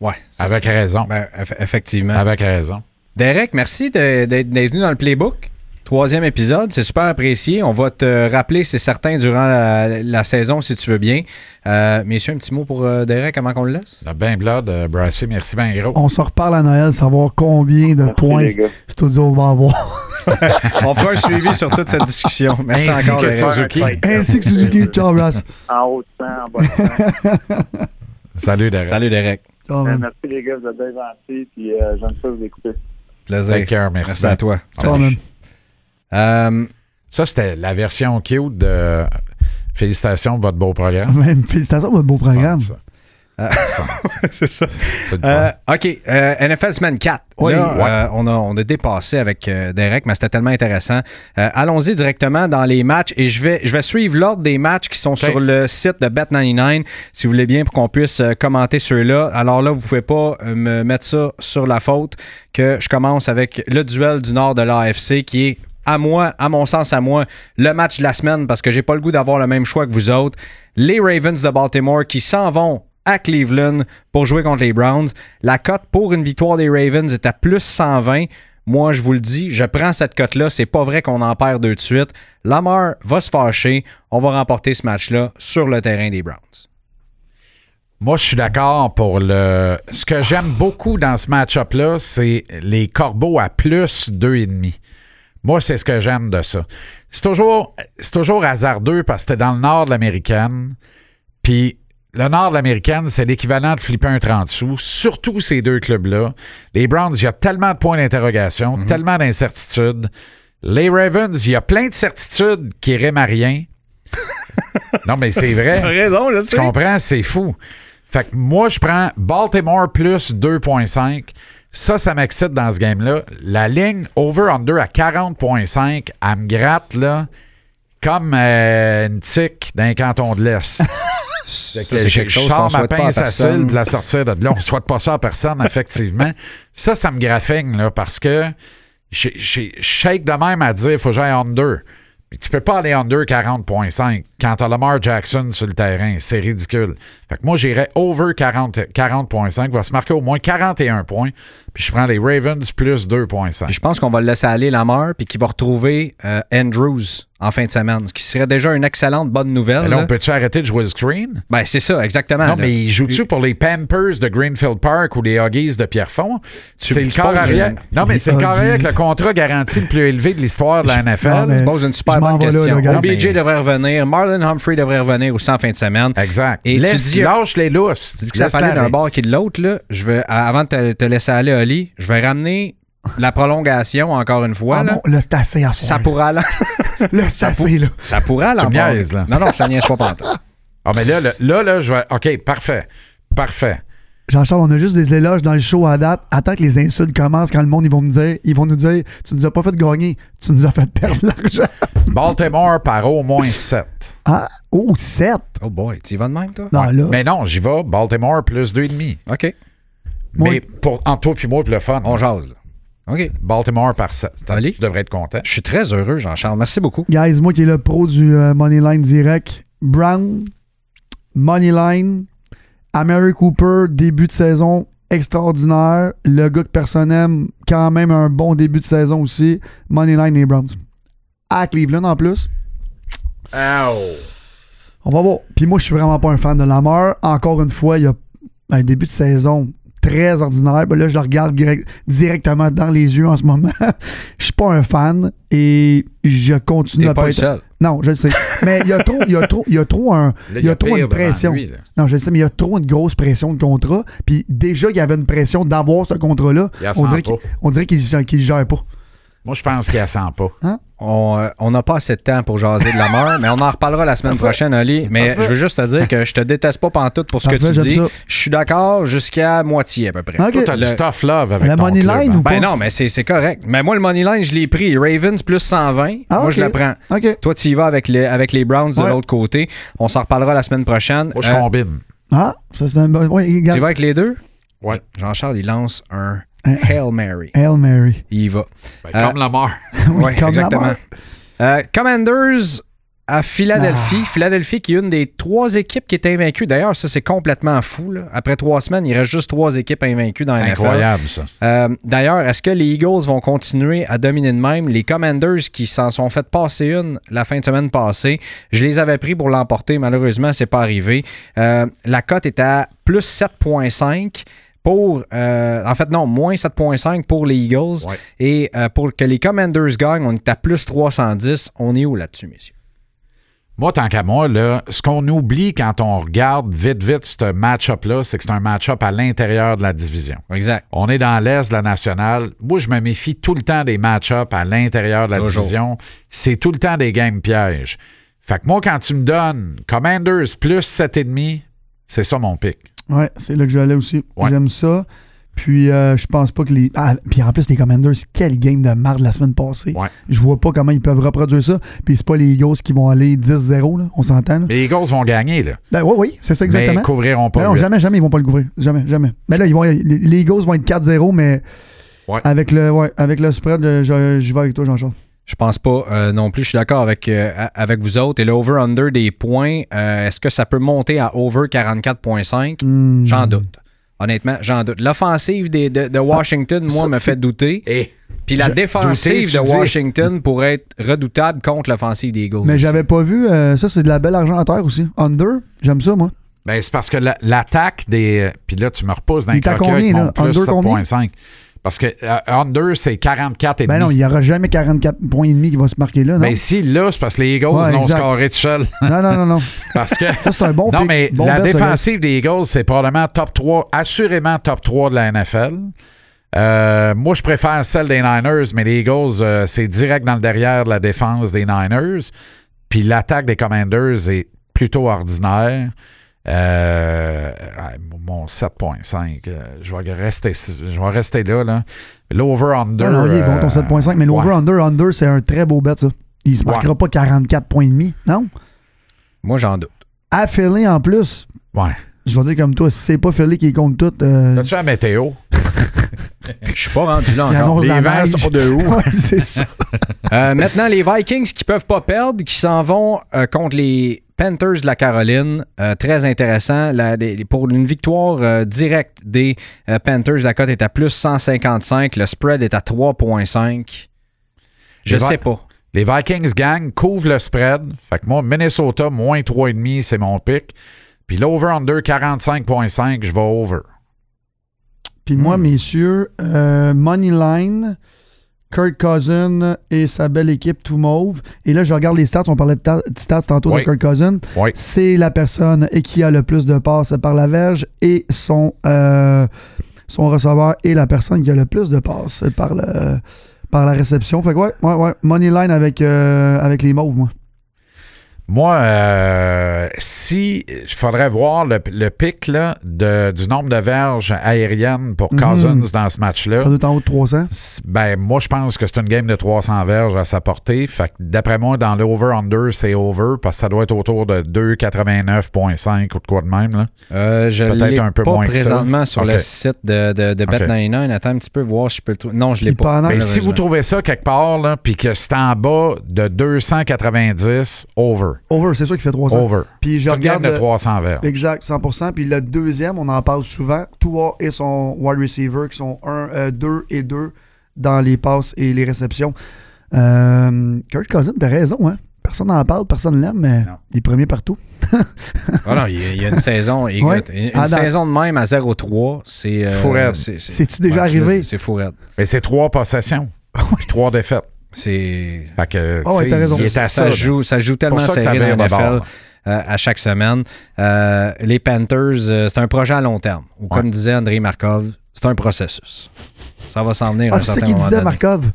Speaker 3: Ouais. ça,
Speaker 4: Avec
Speaker 3: c'est-
Speaker 4: raison.
Speaker 3: Ben, eff- effectivement.
Speaker 4: Avec raison.
Speaker 3: Derek, merci de- d'être d'être venu dans le Playbook. Troisième épisode, c'est super apprécié. On va te rappeler, c'est certain, durant la, la saison, si tu veux bien. Euh, messieurs, un petit mot pour euh, Derek avant qu'on le laisse?
Speaker 4: Le Ben Blood, euh, Brassy, merci bien gros.
Speaker 5: On se reparle à Noël, savoir combien de points
Speaker 6: les gars.
Speaker 5: Studio va avoir.
Speaker 3: On fera un suivi sur toute cette discussion. Merci
Speaker 4: Ainsi
Speaker 3: encore,
Speaker 4: que
Speaker 3: Derek.
Speaker 4: Suzuki.
Speaker 5: Ainsi que Suzuki. Ciao, Brass.
Speaker 6: En haut de temps, en bas de temps.
Speaker 4: Salut, Derek.
Speaker 3: Salut, Derek.
Speaker 5: Ciao,
Speaker 6: Euh,
Speaker 5: man.
Speaker 6: Merci les gars, vous êtes bien gentils. Puis euh, j'aime ça vous écouter.
Speaker 3: Plaisir.
Speaker 4: Take care, merci.
Speaker 3: Merci à toi.
Speaker 5: Ciao, man.
Speaker 3: Euh,
Speaker 4: Ça, c'était la version cute de Félicitations pour votre beau programme.
Speaker 5: Même félicitations pour votre beau
Speaker 3: Oh,
Speaker 5: programme.
Speaker 4: Ça,
Speaker 3: c'est ça.
Speaker 4: C'est le fun.
Speaker 3: Euh, OK. euh, NFL semaine 4.
Speaker 4: Oui.
Speaker 3: Là,
Speaker 4: Ouais.
Speaker 3: euh, on, a, on a dépassé avec euh, Derek, mais c'était tellement intéressant. Euh, Allons-y directement dans les matchs et je vais, je vais suivre l'ordre des matchs qui sont sur le site de Bet99, si vous voulez bien, pour qu'on puisse euh, commenter ceux-là. Alors là, vous pouvez pas euh, me mettre ça sur la faute que je commence avec le duel du nord de l'AFC qui est à moi, à mon sens, à moi, le match de la semaine parce que j'ai pas le goût d'avoir le même choix que vous autres. Les Ravens de Baltimore qui s'en vont à Cleveland pour jouer contre les Browns. La cote pour une victoire des Ravens est à plus 120. Moi, je vous le dis, je prends cette cote-là. C'est pas vrai qu'on en perd deux de suite. Lamar va se fâcher. On va remporter ce match-là sur le terrain des Browns.
Speaker 4: Moi, je suis d'accord pour le. Ce que j'aime beaucoup dans ce match-up-là, c'est les corbeaux à plus 2,5. Moi, c'est ce que j'aime de ça. C'est toujours, c'est toujours hasardeux parce que t'es dans le nord de l'américaine. Puis le nord de l'américaine, c'est l'équivalent de flipper un 30 sous, surtout ces deux clubs-là. Les Browns, il y a tellement de points d'interrogation, tellement d'incertitudes. Les Ravens, il y a plein de certitudes qui riment à rien. non, mais c'est vrai.
Speaker 3: raison, là,
Speaker 4: Tu comprends? C'est fou. Fait que moi, je prends Baltimore plus 2.5. Ça, ça m'excite dans ce game-là. La ligne over-under à 40.5, elle me gratte, là, comme euh, une tique d'un canton de l'Est.
Speaker 3: C'est
Speaker 4: Je-
Speaker 3: quelque
Speaker 4: je
Speaker 3: chose
Speaker 4: sors
Speaker 3: qu'on
Speaker 4: ma
Speaker 3: souhaite pas à
Speaker 4: pince à cils
Speaker 3: personne.
Speaker 4: de la sortir de là. On ne souhaite pas ça à personne, effectivement. ça, ça me graffigne, là, parce que j'ai- j'ai- je shake de même à dire, faut que j'aille under. Mais tu peux pas aller under 40.5 quand t'as Lamar Jackson sur le terrain. C'est ridicule. Fait que moi, j'irais over 40 40.5. va se marquer au moins 41 points. Puis je prends les Ravens
Speaker 3: Puis
Speaker 4: plus 2.5.
Speaker 3: je pense qu'on va le laisser aller Lamar puis qu'il va retrouver euh, Andrews en fin de semaine, ce qui serait déjà une excellente bonne nouvelle.
Speaker 4: Mais Là,
Speaker 3: là.
Speaker 4: on peut-tu arrêter de jouer le screen?
Speaker 3: Ben, c'est ça, exactement.
Speaker 4: Non,
Speaker 3: là.
Speaker 4: mais ils jouent-tu pour les Pampers de Greenfield Park ou les Huggies de Pierrefonds? C'est le
Speaker 3: tu
Speaker 4: corps
Speaker 3: penses-
Speaker 4: arrière. Non, mais
Speaker 5: Les
Speaker 4: c'est le corps
Speaker 5: Huggies.
Speaker 4: arrière avec le contrat garanti le plus élevé de l'histoire de la
Speaker 5: Ah,
Speaker 4: NFL.
Speaker 5: mais-
Speaker 3: Tu poses une super
Speaker 5: Je m'en
Speaker 3: bonne
Speaker 5: vais là,
Speaker 3: question.
Speaker 5: là, gars.
Speaker 3: OBJ
Speaker 4: Mais-
Speaker 3: devrait revenir, Marlon Humphrey devrait revenir aussi en fin de semaine.
Speaker 4: Exact.
Speaker 3: Et tu
Speaker 4: Laisse-
Speaker 3: dis-
Speaker 4: lâche les lousses.
Speaker 3: Tu dis que ça parlait d'un
Speaker 4: Laisse-la
Speaker 3: bord qui de l'autre, là. Je vais, à- avant de te, te laisser aller, Oli, je vais ramener la prolongation encore une fois.
Speaker 5: Ah
Speaker 3: là.
Speaker 5: non, là, c'est assez à
Speaker 3: ça
Speaker 5: soir.
Speaker 3: pourrait aller.
Speaker 5: Là, c'est assez, là.
Speaker 3: ça pourrait aller
Speaker 4: Tu
Speaker 3: en
Speaker 4: me
Speaker 3: bord.
Speaker 4: niaises, là.
Speaker 3: Non, non, je te niaise pas pantoute.
Speaker 4: Ah, mais là, là, là, là, je vais. OK, parfait. Parfait.
Speaker 5: Jean-Charles, on a juste des éloges dans le show à date. Attends que les insultes commencent quand le monde, ils vont me dire, ils vont nous dire, tu nous as pas fait gagner, tu nous as fait perdre l'argent.
Speaker 4: Baltimore par au moins 7.
Speaker 5: Ah, oh, 7.
Speaker 3: Oh boy, tu y vas de même, toi?
Speaker 5: Non, là.
Speaker 4: Mais non, j'y vais. Baltimore plus 2,5.
Speaker 3: OK.
Speaker 5: Moi-
Speaker 4: Mais pour, en toi puis moi, pour le fun.
Speaker 3: On jase, là. OK.
Speaker 4: Baltimore par 7.
Speaker 3: Allez.
Speaker 4: Tu devrais être content.
Speaker 3: Je suis très heureux, Jean-Charles. Merci beaucoup.
Speaker 5: Guys, moi qui est le pro du euh, Moneyline direct, Brown, Moneyline, Amari Cooper, début de saison extraordinaire. Le gars que personne aime, quand même un bon début de saison aussi. Moneyline et Browns. À Cleveland en plus. On va voir. Puis moi, je suis vraiment pas un fan de Lamar. Encore une fois, il y a un début de saison très ordinaire. Ben là, je le regarde direct- directement dans les yeux en ce moment. Je suis pas un fan et je continue
Speaker 3: T'es
Speaker 5: à
Speaker 3: pas
Speaker 5: pas
Speaker 3: le
Speaker 5: être
Speaker 3: seul.
Speaker 5: non, je le sais. Mais il y a trop, il y a trop, il y a trop un,
Speaker 4: Là,
Speaker 5: il y a trop
Speaker 4: pire
Speaker 5: une
Speaker 4: devant
Speaker 5: pression.
Speaker 4: lui, là.
Speaker 5: Non, je le sais, mais il y a trop une grosse pression de contrat. Puis déjà, il y avait une pression d'avoir ce contrat-là.
Speaker 4: Il y a
Speaker 5: On dirait
Speaker 4: cent
Speaker 5: qu'il
Speaker 4: pas.
Speaker 5: on dirait qu'il gère- qu'il gère pas.
Speaker 4: Moi, je pense qu'il ne sent pas.
Speaker 3: On euh, on n'a pas assez de temps pour jaser de la mort, mais on en reparlera la semaine prochaine, Oli. Mais je veux juste te dire que je te déteste pas pantoute pour ce
Speaker 5: Parfait,
Speaker 3: que tu
Speaker 5: j'aime
Speaker 3: dis.
Speaker 5: ça.
Speaker 3: Je suis d'accord jusqu'à moitié à peu près.
Speaker 5: Ok.
Speaker 4: Toi, t'as du tough love avec
Speaker 5: La
Speaker 4: ton
Speaker 5: money
Speaker 4: club,
Speaker 5: line
Speaker 4: hein.
Speaker 5: ou pas?
Speaker 3: Ben non, mais c'est c'est correct. Mais moi, le money line, je l'ai pris. Ravens plus 120.
Speaker 5: Ah,
Speaker 3: moi, je
Speaker 5: ok.
Speaker 3: la prends.
Speaker 5: OK.
Speaker 3: Toi, tu y vas avec les, avec les Browns de
Speaker 5: Ouais.
Speaker 3: l'autre côté. On s'en reparlera la semaine prochaine.
Speaker 4: Moi, je
Speaker 3: Euh,
Speaker 4: combine.
Speaker 5: Ah, ça c'est un bon. ouais, il
Speaker 3: tu y
Speaker 5: garde-
Speaker 3: vas avec les deux?
Speaker 4: Euh, Ouais.
Speaker 3: Jean-Charles, il lance un
Speaker 5: Hein?
Speaker 3: Hail Mary.
Speaker 5: Hail Mary.
Speaker 3: Il y va.
Speaker 4: Ben,
Speaker 3: Euh,
Speaker 4: comme Lamar.
Speaker 5: Oui,
Speaker 3: Ouais,
Speaker 5: comme
Speaker 3: exactement.
Speaker 5: Lamar.
Speaker 3: Euh, Commanders à Philadelphie. Philadelphie qui est une des trois équipes qui est invaincue. D'ailleurs, ça, c'est complètement fou. là. Après trois semaines, il reste juste trois équipes invaincues dans
Speaker 4: C'est
Speaker 3: la NFL.
Speaker 4: incroyable, ça.
Speaker 3: Euh, D'ailleurs, est-ce que les Eagles vont continuer à dominer de même? Les Commanders qui s'en sont fait passer une la fin de semaine passée, je les avais pris pour l'emporter. Malheureusement, c'est pas arrivé. Euh, la cote est à plus 7,5 pour... euh, en fait, non, moins 7,5 pour les Eagles.
Speaker 4: Ouais.
Speaker 3: Et euh, pour que les Commanders gagnent, on est à plus 310. On est où là-dessus, messieurs?
Speaker 4: Moi, tant qu'à moi, là, ce qu'on oublie quand on regarde vite, vite ce match-up-là, c'est que c'est un match-up à l'intérieur de la division.
Speaker 3: Exact.
Speaker 4: On est dans l'Est de la nationale. Moi, je me méfie tout le temps des match-ups à l'intérieur de la
Speaker 3: Toujours.
Speaker 4: division. C'est tout le temps des games pièges. Fait que moi, quand tu me donnes Commanders plus 7,5, c'est ça mon pic.
Speaker 5: Ouais, c'est là que j'allais aussi.
Speaker 4: Ouais.
Speaker 5: J'aime ça. Puis euh, je pense pas que les. Ah, puis en plus, les Commanders, quel game de marde la semaine passée.
Speaker 4: Ouais.
Speaker 5: Je vois pas comment ils peuvent reproduire ça. Puis c'est pas les Eagles qui vont aller 10-0, là. On s'entend, là.
Speaker 4: Mais les Eagles vont gagner, là.
Speaker 5: Ben, oui, oui, c'est ça exactement.
Speaker 4: Mais couvriront pas.
Speaker 5: Ben non,
Speaker 4: huit.
Speaker 5: jamais, jamais, ils vont pas le couvrir. Jamais, jamais. Mais là, ils vont, les, les Eagles vont être 4-0, mais
Speaker 4: Ouais.
Speaker 5: avec, le, ouais, avec le spread, euh, je- j'y vais avec toi, Jean-Charles.
Speaker 3: Je pense pas euh, non plus. Je suis d'accord avec, euh, a- avec vous autres. Et le over-under des points, euh, est-ce que ça peut monter à over 44,5?
Speaker 5: Hmm.
Speaker 3: J'en doute. Honnêtement, j'en doute. L'offensive des- de, de Washington, moi,
Speaker 5: ça,
Speaker 3: me
Speaker 5: c'est-
Speaker 3: fait douter.
Speaker 4: Eh,
Speaker 3: Puis la
Speaker 4: je- douter,
Speaker 3: défensive
Speaker 4: tu
Speaker 3: de
Speaker 4: dis.
Speaker 3: Washington pourrait être redoutable contre l'offensive des Eagles.
Speaker 5: Mais
Speaker 3: aussi.
Speaker 5: j'avais pas vu, euh, ça c'est de la belle argentaire aussi. Under, j'aime ça moi.
Speaker 4: Ben, c'est parce que la- l'attaque des. euh, Puis là, tu me repousses dans
Speaker 5: Il
Speaker 4: les
Speaker 5: est à
Speaker 4: croquets avec
Speaker 5: combien,
Speaker 4: mon
Speaker 5: là?
Speaker 4: plus
Speaker 5: Under combien?
Speaker 4: 7,5. Parce que euh, under, c'est 44 et
Speaker 5: Ben non, il y aura jamais 44 points et demi qui va se marquer là, non?
Speaker 4: Ben si, là, c'est parce que les Eagles
Speaker 5: Ouais,
Speaker 4: l'ont
Speaker 5: exact.
Speaker 4: scoré tout seul.
Speaker 5: non, non, non, non.
Speaker 4: Parce que.
Speaker 5: Ça c'est un bon
Speaker 4: non,
Speaker 5: pick.
Speaker 4: mais
Speaker 5: Bon
Speaker 4: la
Speaker 5: bet, ça, guys.
Speaker 4: défensive des Eagles, c'est probablement top 3, assurément top 3 de la NFL. Euh, moi, je préfère celle des Niners, mais les Eagles, euh, c'est direct dans le derrière de la défense des Niners. Puis l'attaque des Commanders est plutôt ordinaire. Euh, ah, mon 7.5, euh, je vais rester, je vais rester là. là. L'over-under.
Speaker 5: Non, non, il est bon ton
Speaker 4: euh,
Speaker 5: 7.5, mais
Speaker 4: ouais.
Speaker 5: l'over, under, under, c'est un très beau bet ça. Il se marquera pas 44 points et demi, non?
Speaker 3: Moi, j'en doute.
Speaker 5: À Philly en plus,
Speaker 4: Ouais.
Speaker 5: je vais dire comme toi, si c'est pas Philly qui compte tout, euh,
Speaker 4: T'as-tu la météo?
Speaker 3: Je suis pas rendu là
Speaker 5: il
Speaker 3: encore.
Speaker 5: annonce
Speaker 4: les
Speaker 5: la
Speaker 4: vents
Speaker 5: neige.
Speaker 4: sont de où?
Speaker 5: Ouais, c'est ça.
Speaker 3: Euh, maintenant, les Vikings qui peuvent pas perdre, qui s'en vont euh, contre les Panthers de la Caroline. Euh, très intéressant. La- les- pour une victoire euh, directe des euh, Panthers, la cote est à plus 155. Le spread est à 3,5. Je
Speaker 4: Les Vi-
Speaker 3: sais pas.
Speaker 4: Les Vikings gang couvrent le spread. Fait que moi, Minnesota, moins 3,5, c'est mon pick. Puis l'over-under, 45,5, je vais over.
Speaker 5: Puis moi,
Speaker 4: Hmm.
Speaker 5: messieurs, euh, Moneyline, Kirk Cousin et sa belle équipe tout mauve. Et là, je regarde les stats. On parlait de ta- de stats tantôt
Speaker 4: Oui.
Speaker 5: de Kirk Cousin.
Speaker 4: Oui.
Speaker 5: C'est la personne et qui a le plus de passes par la verge et son, euh, son receveur est la personne qui a le plus de passes par, le, par la réception. Fait que ouais, ouais, ouais. Moneyline avec, euh, avec les mauves, moi.
Speaker 4: Moi, euh, si il faudrait voir le, le pic là, de- du nombre de verges aériennes pour Cousins dans ce match-là.
Speaker 5: Ça doit être en haut de 300.
Speaker 4: C'est- Ben, moi, je pense que c'est une game de 300 verges à sa portée. Fait que, d'après moi, dans l'over-under, c'est over parce que ça doit être autour de 2,89,5 ou de quoi de même. Là.
Speaker 3: Euh, je
Speaker 4: Peut-être
Speaker 3: l'ai
Speaker 4: un peu
Speaker 3: pas
Speaker 4: moins que ça.
Speaker 3: présentement sur le
Speaker 4: Ok.
Speaker 3: site de, de, de Bet99. Attends un petit peu, voir si je peux le trouver. Non, je l'ai
Speaker 5: Puis
Speaker 3: pas.
Speaker 5: pendant-
Speaker 4: Ben,
Speaker 5: Ah,
Speaker 4: si vous trouvez ça quelque part, là, puis que c'est en bas de 290, over.
Speaker 5: Over, c'est sûr qu'il fait 300.
Speaker 4: Over.
Speaker 5: Puis je
Speaker 4: C'est une game
Speaker 5: regarde.
Speaker 4: de
Speaker 5: euh,
Speaker 4: 300 verges.
Speaker 5: Exact, 100%. Puis le deuxième, on en parle souvent. Tua et son wide receiver qui sont 2 et 2 dans les passes et les réceptions. Euh, Kurt Cousin, t'as raison, hein? Personne n'en parle, personne l'aime, mais
Speaker 4: Non.
Speaker 5: il est premier partout.
Speaker 3: Voilà, Ah il y a- il y a une saison. écoute,
Speaker 5: Ouais.
Speaker 3: Une, une
Speaker 5: Ah, dans-
Speaker 3: saison de même à 0-3, c'est. euh,
Speaker 4: Fou raide.
Speaker 3: c'est-
Speaker 5: C'est-tu déjà
Speaker 3: Ouais, tu l'as
Speaker 5: arrivé?
Speaker 3: dit, C'est fou raide.
Speaker 4: Mais c'est trois possessions, puis trois défaites.
Speaker 3: C'est.
Speaker 4: Fait que,
Speaker 5: Ah ouais,
Speaker 4: tu
Speaker 5: t'as
Speaker 4: sais,
Speaker 5: raison.
Speaker 4: il est
Speaker 3: ça,
Speaker 4: à
Speaker 3: ça joue, ça joue tellement
Speaker 4: pour ça que ça
Speaker 3: serré
Speaker 4: vire
Speaker 3: dans la
Speaker 4: de bord.
Speaker 3: NFL euh, à chaque semaine. Euh, les Panthers, euh, c'est un projet à long terme. Ou comme disait André Markov, c'est un processus. Ça va s'en venir
Speaker 5: Ah,
Speaker 3: à un
Speaker 5: c'est ça
Speaker 3: certain
Speaker 5: qu'il
Speaker 3: moment
Speaker 5: disait,
Speaker 3: donné.
Speaker 5: Markov.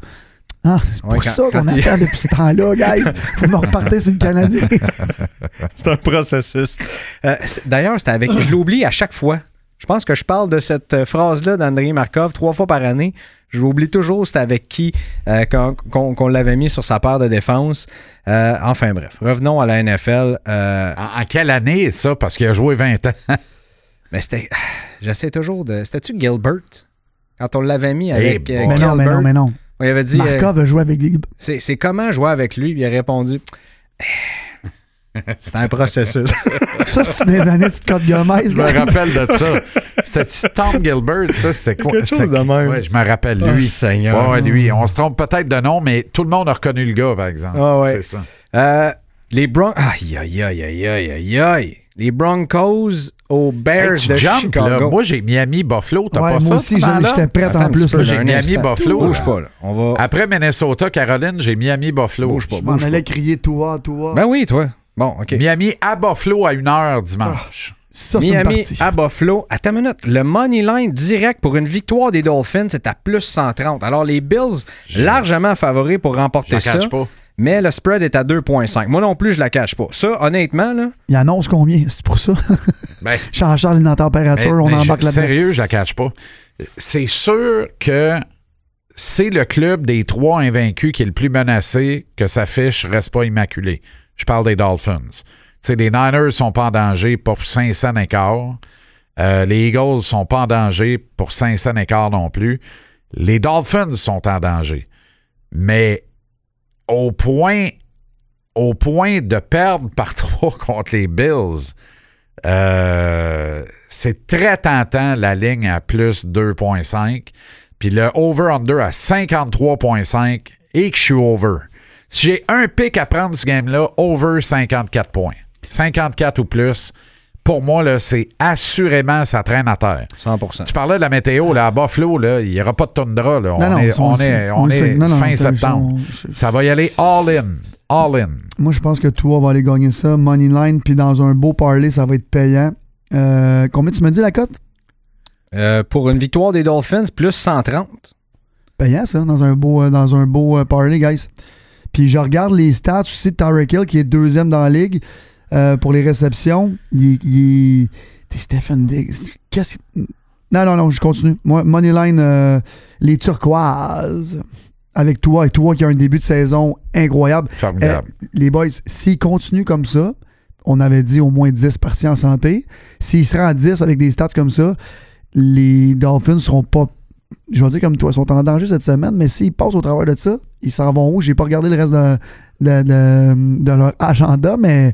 Speaker 5: Ah, c'est pour
Speaker 3: Ouais, quand-
Speaker 5: ça qu'on
Speaker 3: quand il-
Speaker 5: attend depuis ce temps-là, guys. Vous me repartez sur le Canadien.
Speaker 3: C'est un processus. Euh, c'est- D'ailleurs, c'était avec. Je l'oublie à chaque fois. Je pense que je parle de cette euh, phrase-là d'André Markov trois fois par année. Je l'oublie toujours, c'était avec qui euh, qu'on qu'on- qu'on l'avait mis sur sa paire de défense. Euh, enfin bref, revenons à la NFL. Euh,
Speaker 4: En, en quelle année, ça? Parce qu'il a joué 20 ans.
Speaker 3: mais c'était. J'essaie toujours de. C'était-tu Gilbert? Quand on l'avait mis avec
Speaker 4: boy.
Speaker 3: euh,
Speaker 5: mais non, mais non,
Speaker 3: Gilbert,
Speaker 5: mais non.
Speaker 3: on lui avait dit euh,
Speaker 5: Markov a joué avec Big
Speaker 3: c'est c'est comment jouer avec lui? Il a répondu C'est un processus.
Speaker 5: Ça, c'est des années de Scott Gomez.
Speaker 4: Je me rappelle de ça. C'était Tom Gilbert, ça? C'était quoi?
Speaker 3: Quelque chose
Speaker 4: C'était-
Speaker 3: de même.
Speaker 4: Ouais, je me rappelle,
Speaker 3: Oh,
Speaker 4: lui.
Speaker 3: Seigneur.
Speaker 4: Ouais, ouais, lui. On se trompe peut-être de nom, mais tout le monde a reconnu le gars, par exemple.
Speaker 3: Ah ouais.
Speaker 4: C'est ça.
Speaker 3: Euh, les Broncos. Aïe, aïe, aïe, aïe, aïe, aïe, aïe. Les Broncos aux Bears
Speaker 4: Hey, tu
Speaker 3: de
Speaker 4: jumpes, là.
Speaker 3: Chicago.
Speaker 4: Moi, j'ai Miami-Buffalo. T'as
Speaker 5: Ouais,
Speaker 4: pas
Speaker 5: moi
Speaker 4: ça?
Speaker 5: aussi,
Speaker 4: pendant
Speaker 5: j'en-
Speaker 4: là?
Speaker 5: j'étais prête
Speaker 3: Attends
Speaker 5: en
Speaker 3: un petit
Speaker 5: plus.
Speaker 3: peu,
Speaker 5: là.
Speaker 3: j'ai Ah,
Speaker 4: j'ai
Speaker 3: un
Speaker 4: Miami
Speaker 3: instant.
Speaker 4: Buffalo.
Speaker 3: Bouge pas, là. On va.
Speaker 4: Après Minnesota, Caroline, j'ai Miami-Buffalo.
Speaker 3: Oh. Bouge pas,
Speaker 5: Je m'en
Speaker 3: bouge
Speaker 5: allais crier Tua, Tua.
Speaker 3: Ben oui, toi. Bon, OK.
Speaker 4: Miami à Buffalo à 1h dimanche.
Speaker 5: ça, c'est une
Speaker 3: Miami
Speaker 5: partie.
Speaker 3: à Buffalo. Attends une minute. Le money line direct pour une victoire des Dolphins, c'est à plus 130. Alors, les Bills, largement favoris pour remporter
Speaker 4: J'en
Speaker 3: ça.
Speaker 4: cache pas.
Speaker 3: Mais le spread est à 2,5. Moi non plus, je la cache pas. Ça, honnêtement, là,
Speaker 5: Il annonce combien, c'est pour ça.
Speaker 4: Ben,
Speaker 5: Jean-Charles, une température,
Speaker 4: Mais-
Speaker 5: on
Speaker 4: mais
Speaker 5: embarque
Speaker 4: Eh, ben, je-
Speaker 5: là-dedans.
Speaker 4: Sérieux, je la cache pas. C'est sûr que c'est le club des trois invaincus qui est le plus menacé que sa fiche reste pas immaculée. Je parle des Dolphins. Tu sais, les Niners sont pas en danger pour 500 écarts. Euh, les Eagles sont pas en danger pour 500 écarts non plus. Les Dolphins sont en danger. Mais au point, au point de perdre par trois contre les Bills, euh, c'est très tentant la ligne à plus 2.5. Puis le over-under à 53.5 et que je suis over. Si j'ai un pic à prendre ce game-là, over 54 points. 54 ou plus, pour moi, là, c'est assurément ça traîne à terre.
Speaker 3: 100
Speaker 4: Tu parlais de la météo, là, à Buffalo, là, il n'y aura pas de tundra. Là. On
Speaker 5: Non, non,
Speaker 4: est,
Speaker 5: ça, on
Speaker 4: on
Speaker 5: le sait.
Speaker 4: est-
Speaker 5: On
Speaker 4: on
Speaker 5: le sait.
Speaker 4: est
Speaker 5: Non, non,
Speaker 4: fin
Speaker 5: t'as-
Speaker 4: septembre.
Speaker 5: on-
Speaker 4: Ça va y aller all-in. All-in.
Speaker 5: Moi, je pense que Tua va aller gagner ça, money line, puis dans un beau parlay, ça va être payant. Euh, combien tu me dis la cote?
Speaker 3: Euh, pour une victoire des Dolphins, plus 130.
Speaker 5: Payant, ça, dans un beau, euh, dans un beau euh, parlay, guys. Puis je regarde les stats aussi de Tyreek Hill, qui est deuxième dans la ligue euh, pour les réceptions. Il est- il est... T'es Stephen Diggs. Qu'est-ce que- Non, non, non, je continue. Moi, Moneyline, euh, les turquoises. Avec toi et toi qui a un début de saison incroyable.
Speaker 4: Formidable.
Speaker 5: Eh, les boys, s'ils continuent comme ça, on avait dit au moins 10 parties en santé. S'ils se rendent à 10 avec des stats comme ça, les Dolphins seront pas. Je vais dire comme toi, ils sont en danger cette semaine, mais s'ils passent au travers de ça, ils s'en vont où? J'ai pas regardé le reste de, de- de- de leur agenda, mais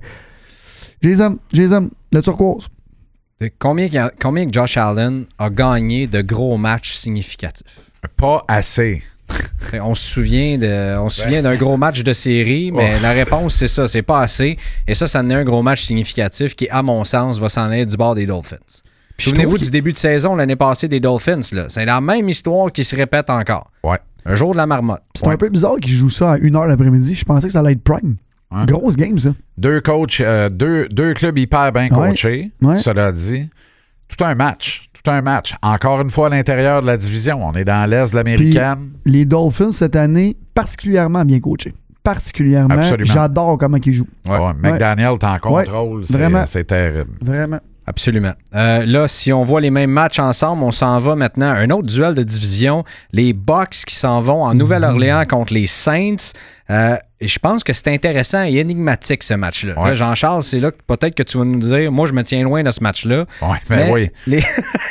Speaker 5: je les aime, je les aime. Le turquoise.
Speaker 3: C'est Combien, qu'il y a- combien que Josh Allen a gagné de gros matchs significatifs?
Speaker 5: Euh,
Speaker 4: Pas assez.
Speaker 3: Fait, On se souvient de, on se souvient d'un gros match de série, mais
Speaker 4: Oh.
Speaker 3: la réponse, c'est ça, c'est pas assez. Et ça, ça en est un gros match significatif qui, à mon sens, va s'en aller du bord des Dolphins. Puis Souvenez-vous du début de saison l'année passée des Dolphins. là. C'est la même histoire qui se répète encore.
Speaker 4: Ouais.
Speaker 3: Un jour de la marmotte.
Speaker 5: C'est un peu bizarre qu'ils jouent ça à 1h l'après-midi. Je pensais que ça allait être prime.
Speaker 4: Ouais.
Speaker 5: Grosse game, ça.
Speaker 4: Deux coachs, euh, deux, deux clubs hyper bien
Speaker 5: Ouais.
Speaker 4: coachés,
Speaker 5: Ouais.
Speaker 4: cela dit. Tout un match, tout un match. Encore une fois à l'intérieur de la division. On est dans l'Est de l'Américaine.
Speaker 5: Les Dolphins, cette année, particulièrement bien coachés. particulièrement.
Speaker 4: Absolument.
Speaker 5: J'adore comment il joue.
Speaker 4: Ouais, McDaniel, t'es en contrôle. c'est-
Speaker 5: vraiment.
Speaker 4: C'est terrible.
Speaker 5: Vraiment.
Speaker 3: Absolument. Euh, là, si on voit les mêmes matchs ensemble, on s'en va maintenant à un autre duel de division. Les Bucks qui s'en vont en Nouvelle-Orléans contre les Saints. Euh, et je pense que c'est intéressant et énigmatique ce match-là.
Speaker 4: Ouais.
Speaker 3: Là, Jean-Charles, c'est là que peut-être que tu vas nous dire, moi je me tiens loin de ce match-là.
Speaker 4: Ouais, ben
Speaker 3: Mais
Speaker 4: oui.
Speaker 3: les-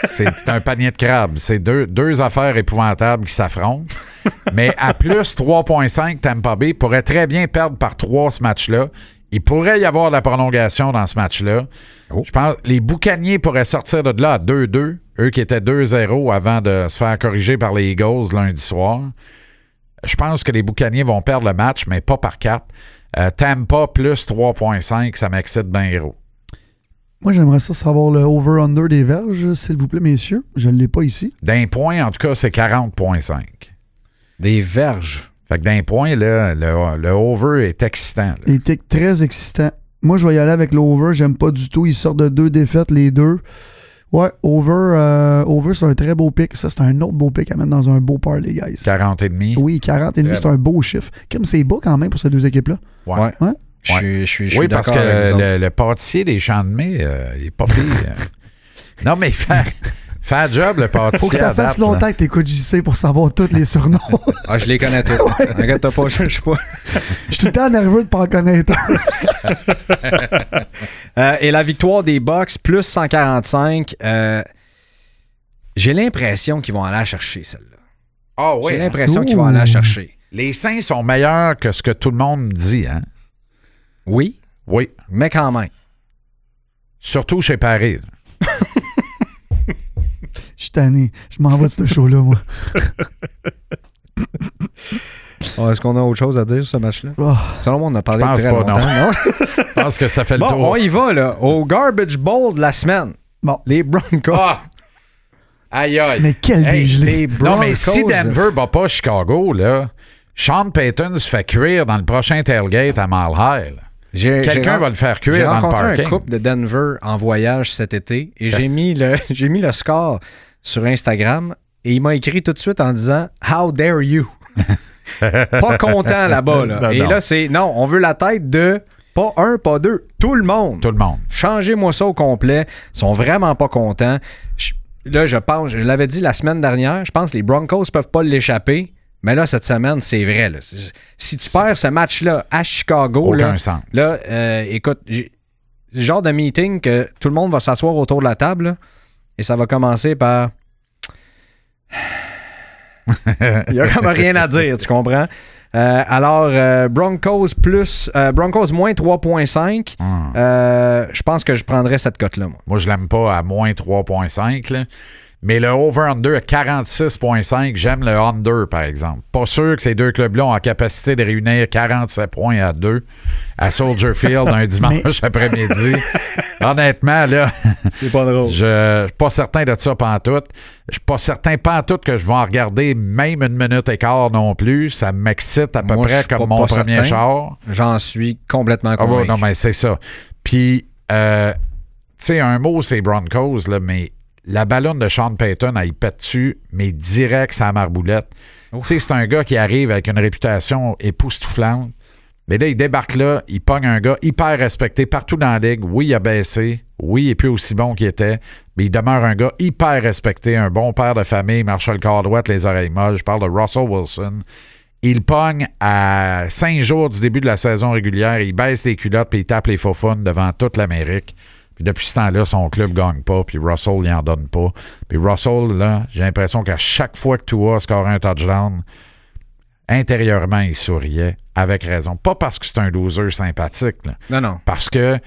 Speaker 4: C'est un panier de crabes. C'est deux, deux affaires épouvantables qui s'affrontent. Mais à plus 3.5, Tampa Bay pourrait très bien perdre par 3 ce match-là. Il pourrait y avoir de la prolongation dans ce match-là. Je pense les Boucaniers pourraient sortir de là à 2-2. Eux qui étaient 2-0 avant de se faire corriger par les Eagles lundi soir. Je pense que les Boucaniers vont perdre le match, mais pas par 4. Euh, Tampa plus 3.5, ça m'excite bien héros.
Speaker 5: Moi, j'aimerais ça savoir le over-under des verges, s'il vous plaît, messieurs. Je ne l'ai pas ici.
Speaker 4: D'un point, en tout cas, c'est 40.5.
Speaker 3: Des verges.
Speaker 4: Fait que d'un point, là, le, le over est excitant. là.
Speaker 5: Il était très excitant. Moi, je vais y aller avec l'over. J'aime pas du tout. Ils sortent de deux défaites, les deux. Ouais, over, euh, over c'est un très beau pick. Ça, c'est un autre beau pick à mettre dans un beau parlay, guys.
Speaker 4: 40 et demi.
Speaker 5: Oui, 40 et demi, c'est un beau chiffre. Comme c'est beau quand même pour ces deux équipes-là.
Speaker 4: Ouais.
Speaker 3: Ouais.
Speaker 5: Ouais.
Speaker 3: Je suis, je suis- je suis
Speaker 4: oui, parce que
Speaker 3: d'accord avec vous autres.
Speaker 4: le, le pâtissier des champs de mai, euh, il est pas pris. non, mais faire faire job, le pâtissier.
Speaker 5: Faut que ça
Speaker 4: à date,
Speaker 5: fasse longtemps
Speaker 4: là.
Speaker 5: que t'écoutes JC pour savoir tous les surnoms.
Speaker 3: Ah, je les connais tous. Regarde-toi pas, je je suis pas.
Speaker 5: Je suis tout le temps nerveux de pas en connaître un.
Speaker 3: Euh, et la victoire des Bucks, plus 145. euh, j'ai l'impression qu'ils vont aller la chercher, celle-là.
Speaker 4: Ah
Speaker 3: J'ai
Speaker 4: oui. hein.
Speaker 3: l'impression qu'ils vont aller la chercher.
Speaker 4: Les Saints sont meilleurs que ce que tout le monde dit. Hein?
Speaker 3: Oui,
Speaker 4: Oui.
Speaker 3: mais quand même.
Speaker 4: Surtout chez Paris.
Speaker 5: Je suis tanné. Je m'en vais de ce show-là, moi.
Speaker 3: Ah, Est-ce qu'on a autre chose à dire sur ce match-là?
Speaker 5: Oh.
Speaker 3: Selon moi, on a parlé
Speaker 4: Je pense
Speaker 3: très
Speaker 4: pas,
Speaker 3: longtemps. Non.
Speaker 4: Je pense que ça fait le
Speaker 3: bon,
Speaker 4: tour.
Speaker 3: on y va, là. Au Garbage Bowl de la semaine.
Speaker 5: Bon.
Speaker 3: Les Broncos.
Speaker 4: Ah! Aïe, aïe.
Speaker 5: Mais quel
Speaker 4: Hey,
Speaker 5: dégelé.
Speaker 4: Non, mais si
Speaker 3: Broncos.
Speaker 4: Denver bat pas Chicago, là, Sean Payton se fait cuire dans le prochain tailgate à Mile High. là.
Speaker 3: J'ai-
Speaker 4: Quelqu'un
Speaker 3: j'ai-
Speaker 4: va le faire cuire
Speaker 3: J'ai
Speaker 4: dans le
Speaker 3: rencontré
Speaker 4: parking.
Speaker 3: un couple de Denver en voyage cet été et j'ai mis, le, j'ai mis le score sur Instagram et il m'a écrit tout de suite en disant How dare you? pas content là-bas. Là.
Speaker 4: Non,
Speaker 3: et
Speaker 4: non.
Speaker 3: là, c'est non, on veut la tête de pas un, pas deux, tout le monde.
Speaker 4: Tout le monde.
Speaker 3: Changez-moi ça au complet. Ils sont vraiment pas contents. Je- là, je pense, je l'avais dit la semaine dernière, je pense que les Broncos peuvent pas l'échapper. Mais là, cette semaine, c'est vrai. là. Si- Si tu perds ce match-là à Chicago,
Speaker 4: Aucun
Speaker 3: Oh, là,
Speaker 4: sens.
Speaker 3: là euh, écoute, j'ai- c'est le genre de meeting que tout le monde va s'asseoir autour de la table là, et ça va commencer par. Il n'y a comme rien à dire, tu comprends? Euh, alors, euh, Broncos plus euh, Broncos moins 3.5.
Speaker 4: Hum.
Speaker 3: Euh, je pense que je prendrais cette cote-là, moi.
Speaker 4: Moi, je l'aime pas à moins 3.5. là. Mais le over-under à 46.5, j'aime le under, par exemple. Pas sûr que ces deux clubs-là ont la capacité de réunir 47 points à deux à Soldier Field un dimanche après-midi. Honnêtement, là,
Speaker 3: C'est pas drôle.
Speaker 4: je suis pas certain de ça pantoute. Je suis pas certain pantoute que je vais en regarder même une minute et quart non plus. Ça m'excite à peu
Speaker 3: Moi, je
Speaker 4: près
Speaker 3: suis
Speaker 4: comme
Speaker 3: pas- pas
Speaker 4: mon premier
Speaker 3: certain.
Speaker 4: char.
Speaker 3: J'en suis complètement
Speaker 4: Ah ouais,
Speaker 3: convaincu.
Speaker 4: non, mais c'est ça. Puis, euh, tu sais, un mot, c'est Broncos, là, mais la ballonne de Sean Payton, elle y pète dessus, mais direct, sa marboulette. Tu sais, c'est un gars qui arrive avec une réputation époustouflante. Mais là, il débarque là, il pogne un gars hyper respecté partout dans la ligue. Oui, il a baissé. Oui, il est plus aussi bon qu'il était. Mais il demeure un gars hyper respecté, un bon père de famille, marche le corps droit, les oreilles molles. Je parle de Russell Wilson. Il pogne à cinq jours du début de la saison régulière. Il baisse les culottes puis il tape les faux devant toute l'Amérique. Puis depuis ce temps-là, son club gagne pas, puis Russell n'y en donne pas. Puis Russell, là, j'ai l'impression qu'à chaque fois que Tua score un touchdown, intérieurement, il souriait avec raison. Pas parce que c'est un loser sympathique, là,
Speaker 3: Non, non.
Speaker 4: parce que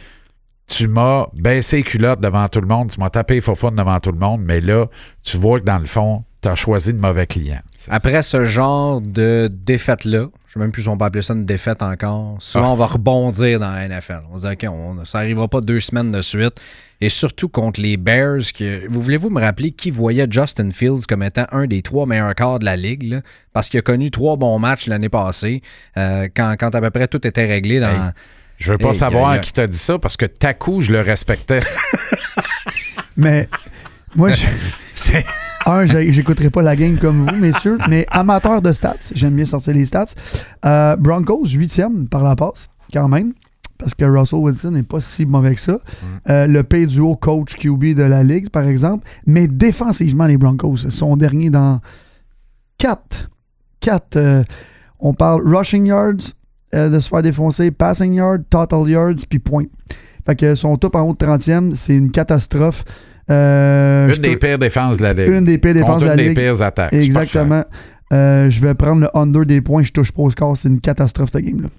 Speaker 4: tu m'as baissé les culottes devant tout le monde, tu m'as tapé les faux devant tout le monde, mais là, tu vois que dans le fond, tu as choisi de mauvais clients.
Speaker 3: Après ce genre de défaite-là, je sais même plus si on peut appeler ça une défaite encore, souvent
Speaker 4: Ah.
Speaker 3: on va rebondir dans la NFL. On se dit, OK, on- ça n'arrivera pas deux semaines de suite. Et surtout contre les Bears, qui, vous voulez-vous me rappeler qui voyait Justin Fields comme étant un des trois meilleurs quarts de la Ligue? là? Parce qu'il a connu trois bons matchs l'année passée, euh, quand, quand à peu près tout était réglé dans...
Speaker 4: Hey. Je veux pas
Speaker 3: Hey,
Speaker 4: savoir
Speaker 3: aïe, aïe.
Speaker 4: qui t'a dit ça parce que ta coup, je le respectais.
Speaker 5: Mais moi, je-
Speaker 4: C'est-
Speaker 5: un, j'ai- j'écouterai pas la game comme vous, messieurs, mais amateur de stats, j'aime bien sortir les stats. Euh, Broncos, huitième par la passe, quand même, parce que Russell Wilson n'est pas si mauvais que ça. Euh, le P duo coach QB de la Ligue, par exemple. Mais défensivement, les Broncos sont derniers dans 4. 4. on parle rushing yards, euh, de se faire défoncer, passing yards, total yards, puis points. Fait que son top en haut de 30e, c'est une catastrophe. Euh, je
Speaker 4: Une des
Speaker 5: te-
Speaker 4: pires défenses de la Ligue.
Speaker 5: une des pires défenses
Speaker 4: Contre
Speaker 5: de la
Speaker 4: une des
Speaker 5: Ligue.
Speaker 4: pires attaques. C'est parfait.
Speaker 5: Exactement. Euh, je vais prendre le under des points. Je touche pas au score. C'est une catastrophe, cette game-là.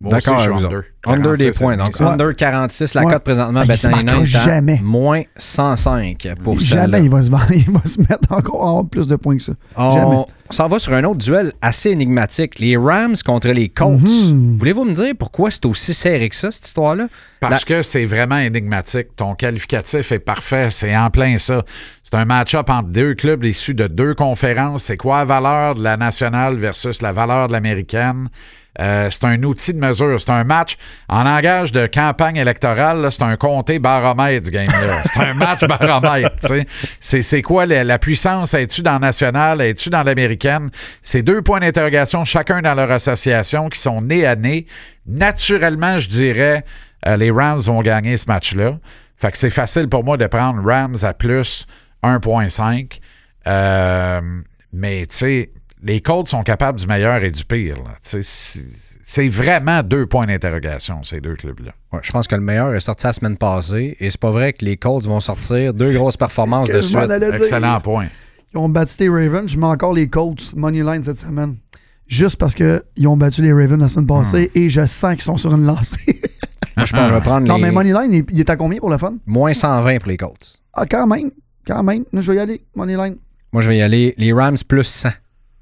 Speaker 4: Moi aussi,
Speaker 3: D'accord,
Speaker 4: je suis
Speaker 3: vous
Speaker 4: under.
Speaker 3: Under des
Speaker 4: 46,
Speaker 3: points. Donc,
Speaker 5: Ouais.
Speaker 3: under 46, la
Speaker 5: Ouais. Ah,
Speaker 3: cote présentement,
Speaker 5: Il
Speaker 3: ben,
Speaker 5: se
Speaker 3: Batman
Speaker 5: marquera jamais.
Speaker 3: moins 105 pour celle-là.
Speaker 5: Jamais il va, se vendre, il va se mettre encore en haut de plus de points que ça. Jamais.
Speaker 3: On s'en va sur un autre duel assez énigmatique. Les Rams contre les Colts.
Speaker 5: Mhm.
Speaker 3: Voulez-vous me dire pourquoi c'est aussi serré que ça, cette histoire-là?
Speaker 4: Parce que c'est vraiment énigmatique. Ton qualificatif est parfait. C'est en plein ça. C'est un match-up entre deux clubs issus de deux conférences. C'est quoi la valeur de la nationale versus la valeur de l'américaine? Euh, c'est un outil de mesure. C'est un match en langage de campagne électorale. là, C'est un comté baromètre, ce game-là. C'est un match baromètre. tu sais. C'est c'est quoi la, la puissance? Es-tu dans la nationale? Es-tu dans l'américaine? C'est deux points d'interrogation, chacun dans leur association, qui sont nés à nez. Naturellement, je dirais, euh, les Rams vont gagner ce match-là. Fait que c'est facile pour moi de prendre Rams à plus 1.5. Euh, mais tu sais, les Colts sont capables du meilleur et du pire. là. Tu sais, C'est c'est vraiment deux points d'interrogation, ces deux clubs-là.
Speaker 3: Ouais, je pense que le meilleur est sorti la semaine passée. Et c'est pas vrai que les Colts vont sortir deux grosses performances
Speaker 5: C'est ce que
Speaker 3: de
Speaker 5: je m'en
Speaker 3: suite.
Speaker 5: allais dire.
Speaker 4: Excellent point.
Speaker 5: Ils ont battu les Ravens. Je mets encore les Colts Moneyline cette semaine. Juste parce qu'ils ont battu les Ravens la semaine passée et je sens qu'ils sont sur une lancée.
Speaker 3: Moi, je pense que je vais prendre
Speaker 5: non,
Speaker 3: les
Speaker 5: mais Moneyline, il- il est à combien pour le fun?
Speaker 3: moins 120 pour les Colts.
Speaker 5: Ah, quand même. Quand même. Là, Je vais y aller. Moneyline.
Speaker 3: Moi, je vais y aller les Rams plus 100.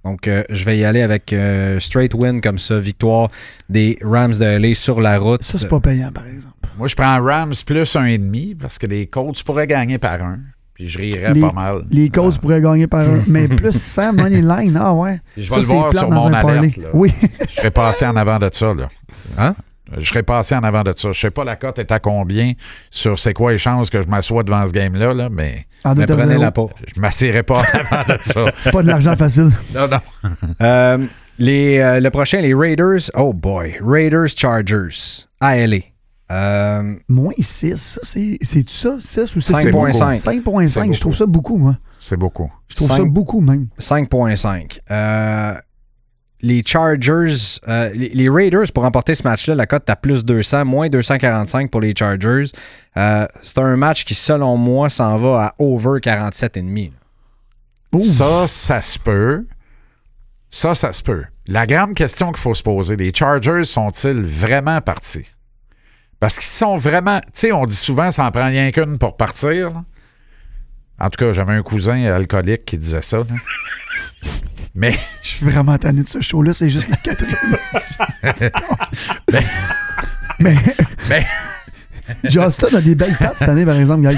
Speaker 3: Donc, euh, je vais y aller avec euh, straight win comme ça, victoire des Rams de LA sur la route.
Speaker 5: Ça, c'est pas payant, par exemple.
Speaker 4: Moi, je prends Rams plus un et demi parce que les Colts pourraient gagner par un. Puis je rirais
Speaker 5: Les-
Speaker 4: pas mal.
Speaker 5: Les Colts pourraient gagner par un. Mais plus 100 Moneyline. Ah, ouais.
Speaker 4: Je vais
Speaker 5: Ça,
Speaker 4: le
Speaker 5: c'est
Speaker 4: voir
Speaker 5: plate
Speaker 4: sur
Speaker 5: dans
Speaker 4: mon
Speaker 5: un parlay.
Speaker 4: alerte. là.
Speaker 5: Oui.
Speaker 4: Je serais passé en avant de ça. Là.
Speaker 3: Hein?
Speaker 4: Je serais passé en avant de ça. Je sais pas la cote est à combien sur c'est quoi les chances que je m'assoie devant ce game-là, là, mais
Speaker 5: En
Speaker 3: Mais
Speaker 5: deux
Speaker 3: Ben, prenez la pas.
Speaker 4: je m'assierai pas en avant de ça.
Speaker 5: C'est pas de l'argent facile.
Speaker 4: Non, non.
Speaker 3: Euh, les, euh, le prochain, les Raiders. Oh boy. Raiders Chargers. À LA. Euh,
Speaker 5: Moins 6, ça, c'est c'est ça, 6 ou 6?
Speaker 3: 5.5.
Speaker 5: 5.5,
Speaker 4: C'est
Speaker 5: je trouve ça beaucoup, moi.
Speaker 4: C'est beaucoup.
Speaker 5: Je trouve ça
Speaker 3: Cinq.
Speaker 5: beaucoup, même.
Speaker 3: 5.5. Euh, les Chargers, euh, les, les Raiders, pour remporter ce match-là, la cote est à plus 200, moins 245 pour les Chargers. Euh, c'est un match qui, selon moi, s'en va à over 47,5.
Speaker 5: Ouh.
Speaker 4: Ça, ça se peut. Ça, ça se peut. La grande question qu'il faut se poser, les Chargers sont-ils vraiment partis? Parce qu'ils sont vraiment. Tu sais, on dit souvent, ça en prend rien qu'une pour partir. là. En tout cas, j'avais un cousin alcoolique qui disait ça. là. Mais
Speaker 5: Je suis vraiment tanné de ce show-là, c'est juste la quatrième.
Speaker 4: Ben.
Speaker 5: mais,
Speaker 4: Mais-
Speaker 5: Justin a des belles stats cette année, par exemple, guys.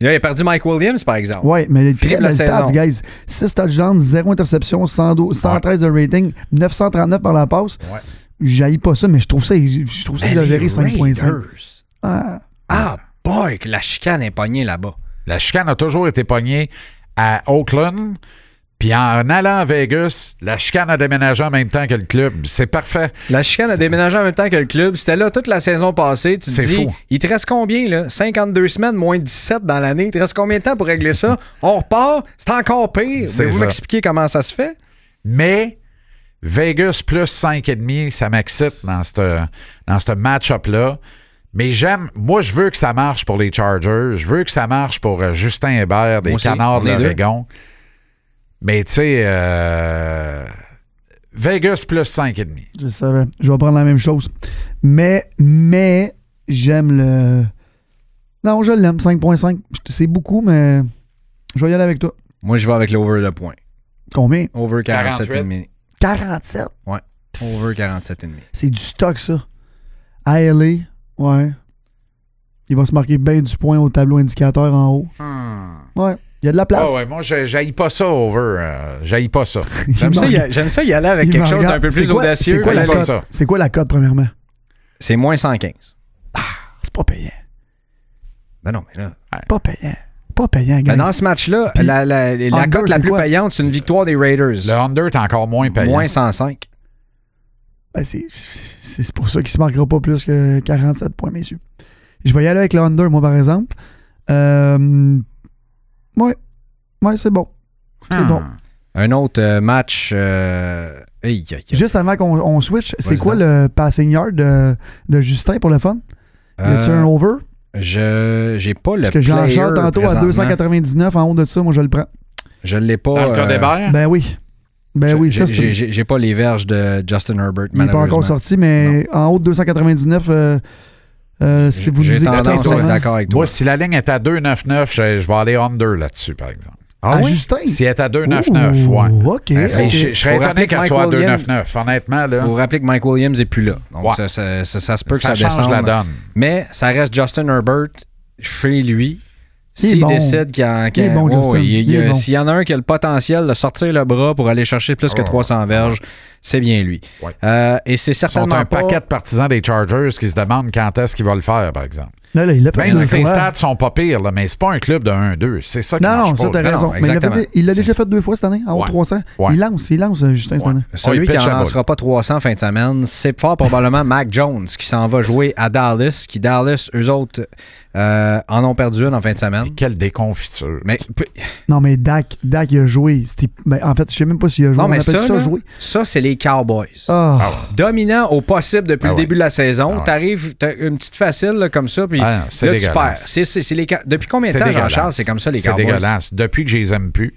Speaker 3: Là, il a perdu Mike Williams, par exemple.
Speaker 5: Ouais, mais les très
Speaker 3: Philippe, la
Speaker 5: belles stats,
Speaker 3: saison.
Speaker 5: guys. 6 touchdowns, 0 interception, 112, 113 de rating, 939 par la passe.
Speaker 4: Ouais.
Speaker 5: J'haïs pas ça, mais je trouve ça, je trouve ça
Speaker 3: Mais
Speaker 5: exagéré,
Speaker 3: Ben, les
Speaker 5: 5.5.
Speaker 3: Raiders.
Speaker 5: Ah,
Speaker 3: Ah boy, que la chicane est pognée là-bas.
Speaker 4: la chicane a toujours été pognée à Oakland. Puis en allant à Vegas, la chicane a déménagé en même temps que le club. C'est parfait.
Speaker 3: La chicane a déménagé en même temps que le club. C'était là toute la saison passée. Tu te
Speaker 4: C'est
Speaker 3: dis,
Speaker 4: fou.
Speaker 3: il te reste combien, là? 52 semaines, moins 17 dans l'année. Il te reste combien de temps pour régler ça? On repart. C'est encore pire.
Speaker 4: C'est
Speaker 3: Mais vous
Speaker 4: ça.
Speaker 3: m'expliquer comment ça se fait?
Speaker 4: Mais Vegas plus 5,5, ça m'excite dans ce dans ce match-up-là. Mais j'aime, moi, je veux que ça marche pour les Chargers. Je veux que ça marche pour euh, Justin Hébert, des
Speaker 3: Moi aussi,
Speaker 4: Canards
Speaker 3: on
Speaker 4: de
Speaker 3: est deux.
Speaker 4: l'Oregon. Mais tu sais, euh, Vegas plus 5,5.
Speaker 5: Je le savais. Je vais prendre la même chose. Mais, mais, j'aime le. Non, je l'aime, 5.5. Je- C'est beaucoup, mais je vais y aller avec toi.
Speaker 3: Moi, je vais avec l'over de points.
Speaker 5: Combien
Speaker 3: Over
Speaker 4: 47 et
Speaker 3: 47,5.
Speaker 5: 47.
Speaker 3: Ouais. Over 47,5.
Speaker 5: C'est du stock, ça. À LA, ouais. Il va se marquer bien du point au tableau indicateur en haut.
Speaker 3: Hmm.
Speaker 5: Ouais. Il y a de la place.
Speaker 4: Ah ouais, moi, je j'haïs pas ça, Over. Euh, j'haïs pas ça.
Speaker 3: J'aime
Speaker 5: Il
Speaker 3: ça,
Speaker 5: me
Speaker 3: y a-
Speaker 5: regarde-
Speaker 3: j'aime ça y aller avec
Speaker 5: il me
Speaker 3: quelque chose d'un
Speaker 5: regarde.
Speaker 3: peu
Speaker 5: C'est
Speaker 3: plus
Speaker 5: quoi-
Speaker 3: audacieux.
Speaker 5: C'est quoi,
Speaker 4: mais
Speaker 5: la
Speaker 4: pas
Speaker 5: cote?
Speaker 4: ça.
Speaker 5: C'est quoi la cote, premièrement?
Speaker 3: C'est moins 115.
Speaker 5: C'est pas payant.
Speaker 3: Ben non, mais là.
Speaker 5: Pas payant. pas payant,
Speaker 3: Ben,
Speaker 5: gang.
Speaker 3: dans ce match-là,
Speaker 5: Puis,
Speaker 3: la, la- la
Speaker 5: under,
Speaker 3: cote la
Speaker 5: c'est
Speaker 3: plus
Speaker 5: quoi?
Speaker 3: payante, c'est une victoire des Raiders.
Speaker 4: Le under est encore moins payant.
Speaker 3: Moins 105.
Speaker 5: Ben, c'est- c'est c'est pour ça qu'il se marquera pas plus que 47 points, messieurs. Je vais y aller avec le under, moi, par exemple. Euh, ouais. Ouais, c'est bon. C'est
Speaker 4: Hmm.
Speaker 5: bon.
Speaker 3: Un autre euh, match. euh, aïe, aïe, aïe.
Speaker 5: Juste avant qu'on on switch, c'est
Speaker 3: Vas-y
Speaker 5: quoi le passing yard de, de Justin pour le fun? Y a-tu
Speaker 3: Euh,
Speaker 5: un over?
Speaker 3: Je j'ai pas le
Speaker 5: Parce que
Speaker 3: player
Speaker 5: j'en chante tantôt à
Speaker 3: présentement.
Speaker 5: 299 en haut de ça, moi je le prends.
Speaker 3: Je l'ai pas.
Speaker 4: Dans le cas
Speaker 3: euh,
Speaker 4: des Bears?
Speaker 5: Ben oui. Ben
Speaker 3: je-
Speaker 5: oui,
Speaker 3: j'ai-
Speaker 5: ça c'est.
Speaker 3: j'ai j'ai- j'ai pas les verges de Justin Herbert.
Speaker 5: Il n'est pas encore sorti, mais en haut de 299, euh, euh, si vous
Speaker 3: J'ai
Speaker 5: nous écoutez
Speaker 3: tendance à être
Speaker 5: actuellement-
Speaker 3: d'accord avec toi.
Speaker 4: Moi, si la ligne est à 2,99, je, je vais aller under là-dessus, par exemple.
Speaker 5: Ah, Justin?
Speaker 4: Si elle est à 2,99, ouais.
Speaker 3: Ah,
Speaker 5: Ouh, OK.
Speaker 3: ben,
Speaker 4: Et je, je serais
Speaker 3: Faut
Speaker 4: étonné
Speaker 3: rappeler que
Speaker 4: qu'elle soit à
Speaker 3: Michael Yen-
Speaker 4: 2,99. Honnêtement, là,
Speaker 3: Faut rappeler que Mike Williams est plus là. Donc
Speaker 4: Ouais.
Speaker 3: ça, ça- ça- ça se peut
Speaker 4: ça
Speaker 3: que ça
Speaker 4: change
Speaker 3: descende.
Speaker 4: la donne.
Speaker 3: Mais ça reste Justin Herbert chez lui.
Speaker 5: Il est
Speaker 3: S'il
Speaker 5: bon.
Speaker 3: décide qu'il y a, qu'il y a-
Speaker 5: Il est bon,
Speaker 3: oh,
Speaker 5: Justin.
Speaker 3: il- il y a-
Speaker 5: Il est bon.
Speaker 3: S'il y en a un qui a le potentiel de sortir le bras pour aller chercher plus que
Speaker 4: Oh.
Speaker 3: 300 verges, c'est bien lui.
Speaker 4: Ouais.
Speaker 3: Euh, et c'est
Speaker 4: Ils sont
Speaker 3: certainement
Speaker 4: un
Speaker 3: pas-
Speaker 4: paquet de partisans des Chargers qui se demandent quand est-ce qu'ils vont le faire, par exemple.
Speaker 5: Là, là, il l'a
Speaker 3: Ben,
Speaker 5: fait
Speaker 4: Même
Speaker 5: deux
Speaker 4: si ses
Speaker 5: fois.
Speaker 4: stats sont pas pires, là, mais c'est pas un club de 1-2. C'est ça qui
Speaker 5: Non,
Speaker 4: marche
Speaker 5: non,
Speaker 4: pas,
Speaker 5: ça, t'as
Speaker 4: là.
Speaker 5: raison.
Speaker 3: non,
Speaker 5: mais il l'avait
Speaker 3: exactement.
Speaker 5: dé- il l'a déjà
Speaker 3: C'est-
Speaker 5: fait deux fois cette année, en haut de
Speaker 4: Ouais.
Speaker 5: 300.
Speaker 4: Ouais.
Speaker 5: Il lance, il lance, euh, Justin, cette
Speaker 4: Ouais.
Speaker 5: année.
Speaker 4: Oh,
Speaker 3: Celui
Speaker 4: il
Speaker 3: qui
Speaker 4: pitch
Speaker 3: n'en
Speaker 4: la
Speaker 3: lancera pas 300 fin de semaine, c'est fort probablement Mac Jones qui s'en va jouer à Dallas, qui Dallas, eux autres, euh, en ont perdu une en fin de semaine.
Speaker 4: boule. Quelle déconfiture.
Speaker 3: Mais,
Speaker 5: Non, mais Dak, Dak, il a joué. C'était- ben, en fait, je sais même pas s'il a joué.
Speaker 3: non,
Speaker 5: On
Speaker 3: mais
Speaker 5: appelle
Speaker 3: ça,
Speaker 5: ça
Speaker 3: là,
Speaker 5: jouer.
Speaker 3: ça c'est les Cowboys.
Speaker 5: Ah,
Speaker 3: Dominant au possible depuis
Speaker 4: Ah
Speaker 3: le
Speaker 4: ouais.
Speaker 3: début de la saison.
Speaker 4: Ah ouais.
Speaker 3: T'arrives, t'as une petite facile là, comme ça, puis
Speaker 4: Ah non,
Speaker 3: là, tu
Speaker 4: c'est
Speaker 3: perds.
Speaker 4: dégueulasse.
Speaker 3: C'est- c'est- c'est les Cow- depuis combien de
Speaker 4: C'est
Speaker 3: temps,
Speaker 4: dégueulasse.
Speaker 3: Jean-Charles, c'est comme ça, les
Speaker 4: C'est
Speaker 3: Cowboys?
Speaker 4: dégueulasse. Depuis que je les aime plus.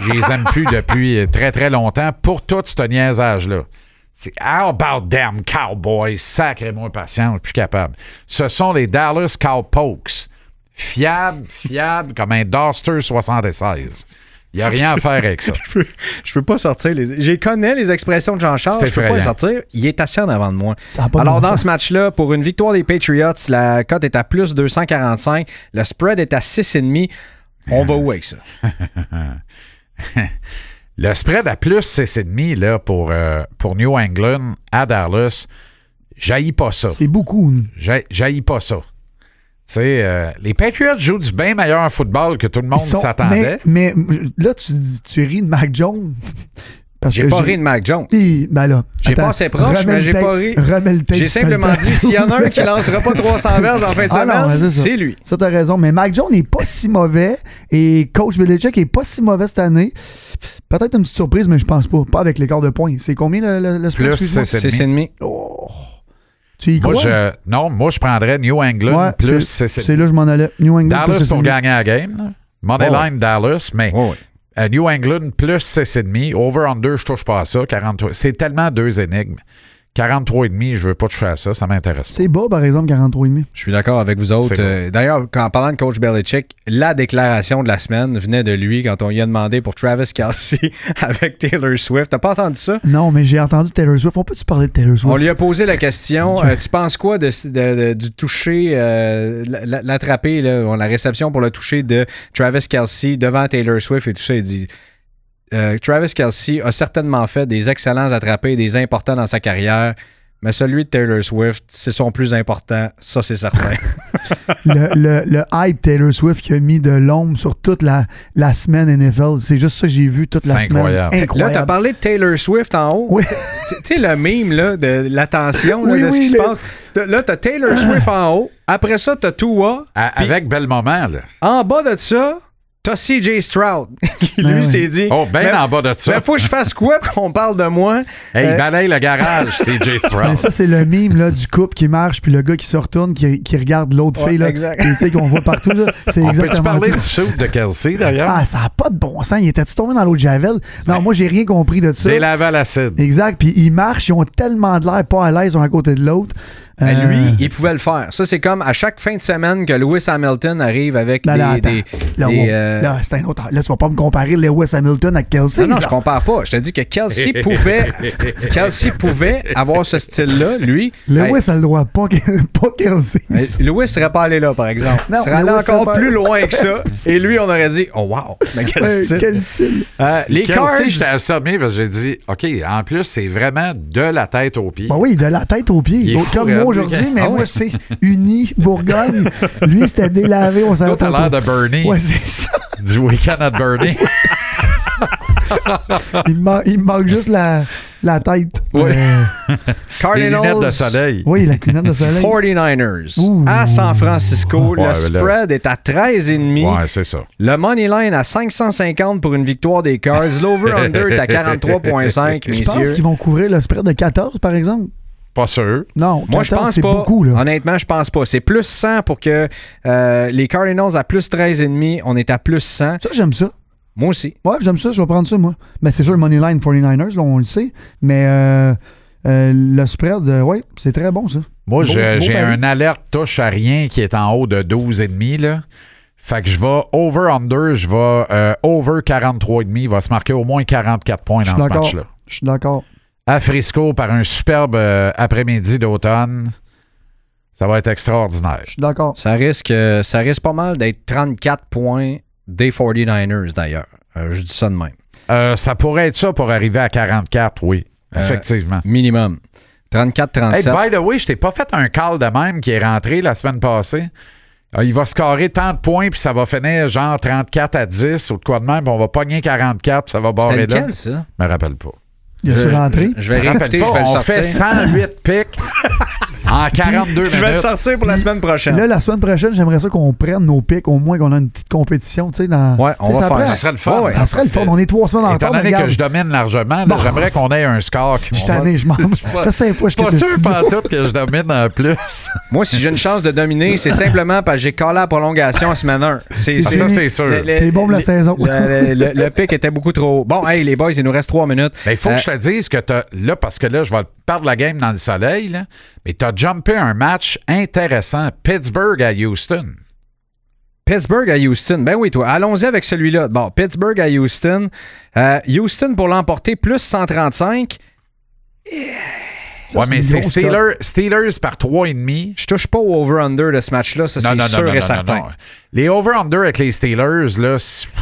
Speaker 4: Je les aime plus depuis euh, très, très longtemps pour tout ce niaisage-là. C'est How about them Cowboys? Sacré-moi patience, je suis plus capable. Ce sont les Dallas Cowpokes. Fiable, fiable comme un Duster 76. Il n'y a rien à faire avec ça.
Speaker 3: Je peux pas sortir les. J'ai connais les expressions de Jean-Charles,
Speaker 4: C'est
Speaker 3: je peux pas les
Speaker 4: effrayant.
Speaker 3: sortir. Il est assis en avant de moi.
Speaker 5: Ça a pas de
Speaker 3: Alors,
Speaker 5: bon
Speaker 3: dans
Speaker 5: sens.
Speaker 3: ce match-là, pour une victoire des Patriots, la cote est à plus 245. Le spread est à 6,5. On va où avec ça?
Speaker 4: Le spread à plus 6,5 là, pour, euh, pour New England à Dallas, jaillit pas
Speaker 3: ah,
Speaker 4: ça.
Speaker 5: c'est beaucoup.
Speaker 4: J'ai- J'haïs pas ça. Tu sais, euh, les Patriots jouent du bien meilleur football que tout le monde
Speaker 5: Ils sont-
Speaker 4: s'attendait.
Speaker 5: Mais, mais là, tu, dis- tu ris de Mac Jones. Parce
Speaker 3: J'ai
Speaker 5: que
Speaker 3: pas ri de Mac Jones.
Speaker 5: Hi, ben là,
Speaker 3: J'ai
Speaker 5: attends,
Speaker 3: passé proche,
Speaker 5: remets
Speaker 3: mais
Speaker 5: le
Speaker 3: j'ai
Speaker 5: tape-
Speaker 3: pas ri.
Speaker 5: remets le tape
Speaker 3: J'ai
Speaker 5: si t'as
Speaker 3: simplement
Speaker 5: le temps.
Speaker 3: dit, s'il y en a un qui lancera pas 300 verges en fin de
Speaker 5: Ah non,
Speaker 3: semaine,
Speaker 5: mais c'est ça.
Speaker 3: c'est lui.
Speaker 5: Ça, t'as raison. Mais Mac Jones n'est pas si mauvais. Et coach Belichick n'est pas si mauvais cette année. Peut-être une petite surprise, mais je pense pas. Pas avec l'écart de points. C'est combien le, le, le spread,
Speaker 4: Plus,
Speaker 5: excuse-moi?
Speaker 4: c'est-
Speaker 3: 6,5.
Speaker 5: Oh. Tu y
Speaker 4: Moi,
Speaker 5: crois?
Speaker 4: je, non, moi, je prendrais New England
Speaker 5: Ouais,
Speaker 4: plus
Speaker 5: c'est,
Speaker 4: c'est-
Speaker 5: c'est là que je m'en allais. New England plus
Speaker 4: Dallas
Speaker 5: c'est
Speaker 4: pour
Speaker 5: celui-
Speaker 4: gagner la game. là. Moneyline Dallas, mais
Speaker 3: Ouais, ouais.
Speaker 4: euh, New England plus 6,5. Over-under, je touche pas à ça. 43. C'est tellement deux énigmes. 43,5, je veux pas toucher à ça. Ça m'intéresse pas.
Speaker 5: C'est bas, par exemple, 43,5.
Speaker 3: Je suis d'accord avec vous autres.
Speaker 4: C'est vrai.
Speaker 3: Euh, D'ailleurs, quand- en parlant de coach Belichick, la déclaration de la semaine venait de lui quand on lui a demandé pour Travis Kelsey avec Taylor Swift. T'as pas entendu ça?
Speaker 5: Non, mais j'ai entendu Taylor Swift. On peut-tu parler de Taylor Swift?
Speaker 3: On lui a posé la question euh, Tu penses quoi de, de- de- du toucher, euh, l- l- l'attraper, là, bon, la réception pour le toucher de Travis Kelsey devant Taylor Swift et tout ça Il dit Euh, Travis Kelsey a certainement fait des excellents attrapés, des importants dans sa carrière. Mais celui de Taylor Swift, c'est son plus important, ça c'est certain.
Speaker 5: le, le- le hype Taylor Swift qui a mis de l'ombre sur toute la, la semaine NFL. C'est juste ça que j'ai vu toute la
Speaker 4: C'est
Speaker 5: semaine.
Speaker 4: incroyable.
Speaker 3: là, t'as
Speaker 5: Incroyable.
Speaker 3: parlé de Taylor Swift en haut.
Speaker 5: Oui.
Speaker 3: Tu tu sais, le mime là, de l'attention là,
Speaker 5: Oui,
Speaker 3: de ce
Speaker 5: oui,
Speaker 3: qui se
Speaker 5: le-
Speaker 3: passe. T'as- Là, t'as Taylor Swift en haut. Après ça, t'as Tua.
Speaker 4: À-
Speaker 3: Puis-
Speaker 4: avec bel moment, là.
Speaker 3: En bas de ça, t'as CJ Stroud qui, lui,
Speaker 5: Ben oui.
Speaker 3: s'est dit
Speaker 4: Oh, ben
Speaker 3: Mais-
Speaker 4: en bas de ça.
Speaker 3: Ben, faut que je fasse quoi pour qu'on parle de moi
Speaker 4: hey,
Speaker 3: euh,
Speaker 4: balaye le garage, c'est Jay
Speaker 5: Mais
Speaker 4: Stroud.
Speaker 5: ça, c'est le mime là, du couple qui marche, puis le gars qui se retourne, qui, qui regarde l'autre
Speaker 3: Ouais,
Speaker 5: fille, là,
Speaker 3: exact.
Speaker 5: et, tu sais, qu'on voit partout. là. C'est
Speaker 4: On peut-tu
Speaker 5: exactement
Speaker 4: parler
Speaker 5: ça.
Speaker 4: du soupe de Kelsey, d'ailleurs?
Speaker 5: Ah, ça n'a pas de bon sens. Il était-tu tombé dans l'eau de Javel? Non, moi, j'ai rien compris de ça.
Speaker 4: Des lavés à l'acide.
Speaker 5: Exact. Puis ils marchent, ils ont tellement de l'air pas à l'aise l'un à côté de l'autre.
Speaker 3: Ben,
Speaker 5: Euh,
Speaker 3: Lui, il pouvait le faire. Ça, c'est comme à chaque fin de semaine que Lewis Hamilton arrive avec
Speaker 5: Là, Ben, là,
Speaker 3: des.
Speaker 5: attends.
Speaker 3: des-
Speaker 5: Là,
Speaker 3: des,
Speaker 5: wow.
Speaker 3: euh,
Speaker 5: Là, c'est un autre. Là, tu vas pas me comparer Lewis Hamilton à Kelsey.
Speaker 3: non, non,
Speaker 5: là.
Speaker 3: je compare pas. Je te dis que Kelsey pouvait, Kelsey pouvait avoir ce style-là, lui.
Speaker 5: Lewis a le droit, pas, Kel- pas Kelsey.
Speaker 3: Hey, hey, Lewis serait pas allé là, par exemple.
Speaker 5: Non,
Speaker 3: il serait allé
Speaker 5: Lewis serait
Speaker 3: encore
Speaker 5: pas-
Speaker 3: plus loin que ça. Et lui, on aurait dit Oh, wow! Mais quel
Speaker 5: Ouais,
Speaker 3: style.
Speaker 5: quel style.
Speaker 3: Euh, les
Speaker 4: Kelsey, j'étais
Speaker 3: Cards.
Speaker 4: assommé parce que j'ai dit, OK, en plus, c'est vraiment de la tête aux pieds.
Speaker 5: Ben oui, de la tête aux pieds.
Speaker 4: Il est
Speaker 5: Donc,
Speaker 4: fou, Ah
Speaker 5: comme
Speaker 4: raide.
Speaker 5: moi aujourd'hui, mais moi, c'est Uni, Bourgogne. Lui, c'était délavé, on savait
Speaker 4: Toi, t'as
Speaker 5: pas
Speaker 4: l'air
Speaker 5: trop.
Speaker 4: de Bernie,
Speaker 5: Ouais, c'est ça.
Speaker 4: du Weekend at Bernie.
Speaker 5: Il me, man- il me manque juste la, la tête.
Speaker 7: Oui.
Speaker 5: Euh,
Speaker 4: Les lunettes de soleil.
Speaker 5: oui, la cunette de soleil.
Speaker 3: 49ers
Speaker 5: Ouh.
Speaker 3: à San Francisco.
Speaker 4: Ouais,
Speaker 3: le
Speaker 4: là.
Speaker 3: spread est à 13,5.
Speaker 4: Ouais, c'est ça.
Speaker 3: Le money line à 550 pour une victoire des Cards. L'over-under est à 43,5,
Speaker 5: Tu penses
Speaker 3: messieurs.
Speaker 5: qu'ils vont couvrir le spread de 14, par exemple?
Speaker 4: Pas sûr.
Speaker 5: Non, 14,
Speaker 3: Moi, je pense
Speaker 5: c'est
Speaker 3: pas.
Speaker 5: beaucoup. Là.
Speaker 3: Honnêtement, je pense pas. C'est plus 100 pour que euh, les Cardinals à plus 13,5. On est à plus 100.
Speaker 5: Ça, j'aime ça.
Speaker 3: Moi aussi.
Speaker 5: Ouais, j'aime ça, je vais prendre ça, moi. Mais c'est sûr, le money line 49ers, là, on le sait. Mais euh, euh, le spread, euh, ouais, c'est très bon, ça.
Speaker 4: Moi,
Speaker 5: Beau-
Speaker 4: je-
Speaker 5: beau
Speaker 4: j'ai
Speaker 5: pari.
Speaker 4: un alerte touche à rien qui est en haut de 12,5. Là. Fait que je vais over-under, je vais euh, over 43,5. Il va se marquer au moins 44 points
Speaker 5: Je
Speaker 4: dans
Speaker 5: suis
Speaker 4: ce
Speaker 5: d'accord.
Speaker 4: match-là.
Speaker 5: Je suis d'accord.
Speaker 4: À Frisco, par un superbe euh, après-midi d'automne, ça va être extraordinaire.
Speaker 5: Je suis d'accord.
Speaker 3: Ça risque, euh, ça risque pas mal d'être 34 points des 49ers, d'ailleurs. Euh, je dis ça de même.
Speaker 4: Euh, ça pourrait être ça pour arriver à 44, oui.
Speaker 3: Euh,
Speaker 4: Effectivement.
Speaker 3: Minimum. 34-37.
Speaker 4: Hey, by the way, je t'ai pas fait un call de même qui est rentré la semaine passée. Euh, il va scorer tant de points, puis ça va finir genre 34 à 10 ou de quoi de même, puis on va pogner 44, puis ça va barrer
Speaker 3: C'était
Speaker 4: là.
Speaker 3: lequel, ça?
Speaker 4: Je me rappelle pas.
Speaker 5: Il a
Speaker 3: Euh, Je-
Speaker 5: su rentrer.
Speaker 3: Je vais
Speaker 4: Je me rappelle
Speaker 3: réécouter, je
Speaker 4: pas,
Speaker 3: vais le
Speaker 4: on
Speaker 3: sortir.
Speaker 4: fait 108 pics en 42
Speaker 3: Je vais le
Speaker 4: minutes.
Speaker 3: sortir pour la semaine prochaine.
Speaker 5: Là, la semaine prochaine, j'aimerais ça qu'on prenne nos pics, au moins qu'on a une petite compétition, tu sais, dans.
Speaker 3: Ouais, on
Speaker 5: tu sais,
Speaker 3: va
Speaker 5: ça
Speaker 3: faire
Speaker 5: prend-
Speaker 4: Ça serait le fun.
Speaker 3: Ouais, ouais.
Speaker 5: Ça serait le fun. On est trois semaines en retard,
Speaker 4: Étant
Speaker 5: mais
Speaker 4: donné
Speaker 5: regarde,
Speaker 4: que je domine largement, là,
Speaker 5: Bon.
Speaker 4: j'aimerais qu'on ait un score qui
Speaker 5: je suis
Speaker 4: monte.
Speaker 5: tanné, je m'en. Ça fait cinq fois que je
Speaker 4: Pas
Speaker 5: quitte le
Speaker 4: sûr,
Speaker 5: studio.
Speaker 4: pas tout, que je domine en plus.
Speaker 3: Moi, si j'ai une chance de dominer, c'est simplement parce que j'ai collé la prolongation à semaine 1.
Speaker 5: C'est
Speaker 4: Ah, ça, c'est sûr.
Speaker 3: le- le-
Speaker 5: T'es bon pour la
Speaker 3: le-
Speaker 5: saison.
Speaker 3: Le, le- le- le pic était beaucoup trop haut. Bon, hey, les boys, il nous reste trois minutes.
Speaker 4: Mais Ben, il faut
Speaker 3: Euh,
Speaker 4: que je te dise que t'as, là, parce que là, je vais perdre la game dans le soleil, là, mais tu as jumpé un match intéressant, Pittsburgh à Houston.
Speaker 3: Pittsburgh à Houston. Ben oui, toi. Allons-y avec celui-là. Bon, Pittsburgh à Houston. Euh, Houston pour l'emporter, plus 135.
Speaker 4: ouais, mais
Speaker 5: une
Speaker 4: c'est
Speaker 5: grosse
Speaker 4: Steelers, Steelers par 3,5.
Speaker 3: Je touche pas au over-under de ce match-là, ça c'est sûr et certain.
Speaker 4: Les over-under avec les Steelers, là, c'est- tu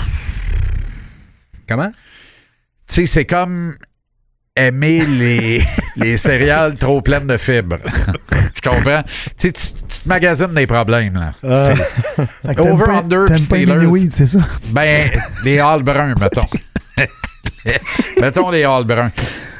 Speaker 3: Comment?
Speaker 4: sais, c'est comme aimer les, les céréales trop pleines de fibres. tu comprends? Tu sais, tu tu te magasines des problèmes, là.
Speaker 5: Fait que t'aimes
Speaker 4: Over,
Speaker 5: pas-
Speaker 4: under,
Speaker 5: t'aimes
Speaker 4: puis
Speaker 5: pas les
Speaker 4: Steelers.
Speaker 5: mini-weeds, c'est ça.
Speaker 4: Ben, des halles bruns, mettons. mettons des halles bruns.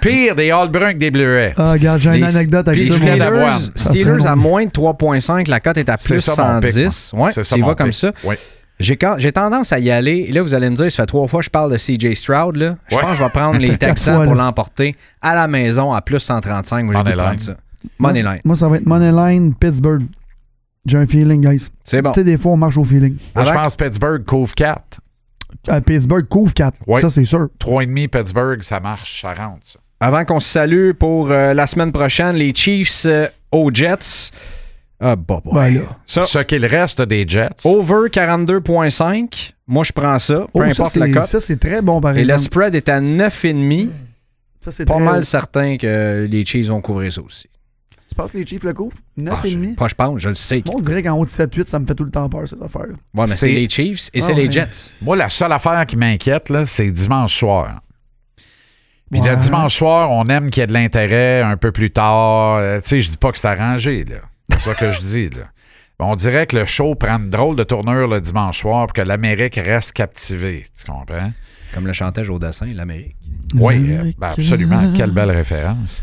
Speaker 4: Pire des halles bruns que des bleuets.
Speaker 5: Ah, regarde, j'ai une
Speaker 3: Les-
Speaker 5: anecdote avec
Speaker 3: Puis
Speaker 4: Puis
Speaker 5: ça.
Speaker 4: Steelers-
Speaker 5: moi.
Speaker 3: Steelers,
Speaker 4: d'avoine.
Speaker 5: Ça, c'est
Speaker 3: Steelers à
Speaker 5: bon.
Speaker 3: moins de 3.5, la cote est à
Speaker 4: C'est
Speaker 3: plus
Speaker 4: ça mon pic,
Speaker 3: 110.
Speaker 4: moi.
Speaker 3: Ouais,
Speaker 4: C'est ça
Speaker 3: tu y
Speaker 4: mon
Speaker 3: vas comme
Speaker 4: pic.
Speaker 3: ça.
Speaker 4: Oui.
Speaker 3: J'ai, quand- j'ai tendance à y aller. Et là, vous allez me dire, ça fait trois fois que je parle de CJ Stroud. Là. Je
Speaker 4: Ouais.
Speaker 3: pense que je vais prendre les Texans
Speaker 5: fois,
Speaker 3: pour
Speaker 5: là.
Speaker 3: l'emporter à la maison à plus 135. Moi, j'ai
Speaker 4: Money
Speaker 3: goût de prendre
Speaker 4: line.
Speaker 3: ça. Money
Speaker 5: Moi,
Speaker 3: line.
Speaker 5: Moi, ça va être Moneyline, Pittsburgh. J'ai un feeling, guys.
Speaker 3: C'est bon.
Speaker 5: Tu sais, des fois, on marche au feeling.
Speaker 4: Moi, je
Speaker 3: Avec-
Speaker 4: pense Pittsburgh couvre 4.
Speaker 5: À Pittsburgh, couvre 4.
Speaker 4: Ouais.
Speaker 5: Ça, c'est sûr.
Speaker 4: 3,5 Pittsburgh, ça marche, ça rentre. ça.
Speaker 3: Avant qu'on se salue pour euh, la semaine prochaine, les Chiefs euh, aux Jets. Ah, bah, bah.
Speaker 5: Ben là.
Speaker 3: Ça, Oh.
Speaker 4: Ce qu'il reste des Jets.
Speaker 3: over 42.5. Moi, je prends ça. Peu
Speaker 5: Oh, ça,
Speaker 3: importe la
Speaker 5: c'est-
Speaker 3: cote.
Speaker 5: ça, c'est Ben très bon, par
Speaker 3: Et le
Speaker 5: exemple.
Speaker 3: spread est à 9,5.
Speaker 5: Ça, c'est
Speaker 3: Pas
Speaker 5: très-
Speaker 3: mal certain que les Chiefs vont couvrir ça aussi.
Speaker 5: Tu penses que les Chiefs le couvrent?
Speaker 3: Ah, je-
Speaker 5: 9,5?
Speaker 3: Pas je pense, je le sais.
Speaker 5: Moi, on dirait qu'en haut de 7-8, ça me fait tout le temps peur, cette affaire-là.
Speaker 3: Ouais, mais c'est
Speaker 4: C'est-
Speaker 3: les Chiefs et c'est
Speaker 5: Ah,
Speaker 3: les
Speaker 5: ouais.
Speaker 3: Jets.
Speaker 4: Moi, la seule affaire qui m'inquiète, là, c'est dimanche soir. Puis
Speaker 5: Ouais.
Speaker 4: le dimanche soir, on aime qu'il y ait de l'intérêt un peu plus tard. Euh, Tu sais, je dis pas que c'est arrangé, là. C'est ça que je dis, là. On dirait que le show prend une drôle de tournure le dimanche soir pour que l'Amérique reste captivée. Tu comprends?
Speaker 3: Comme le chantage au dessin, l'Amérique.
Speaker 4: Oui,
Speaker 5: L'Amérique.
Speaker 4: euh, ben, absolument. Quelle belle référence.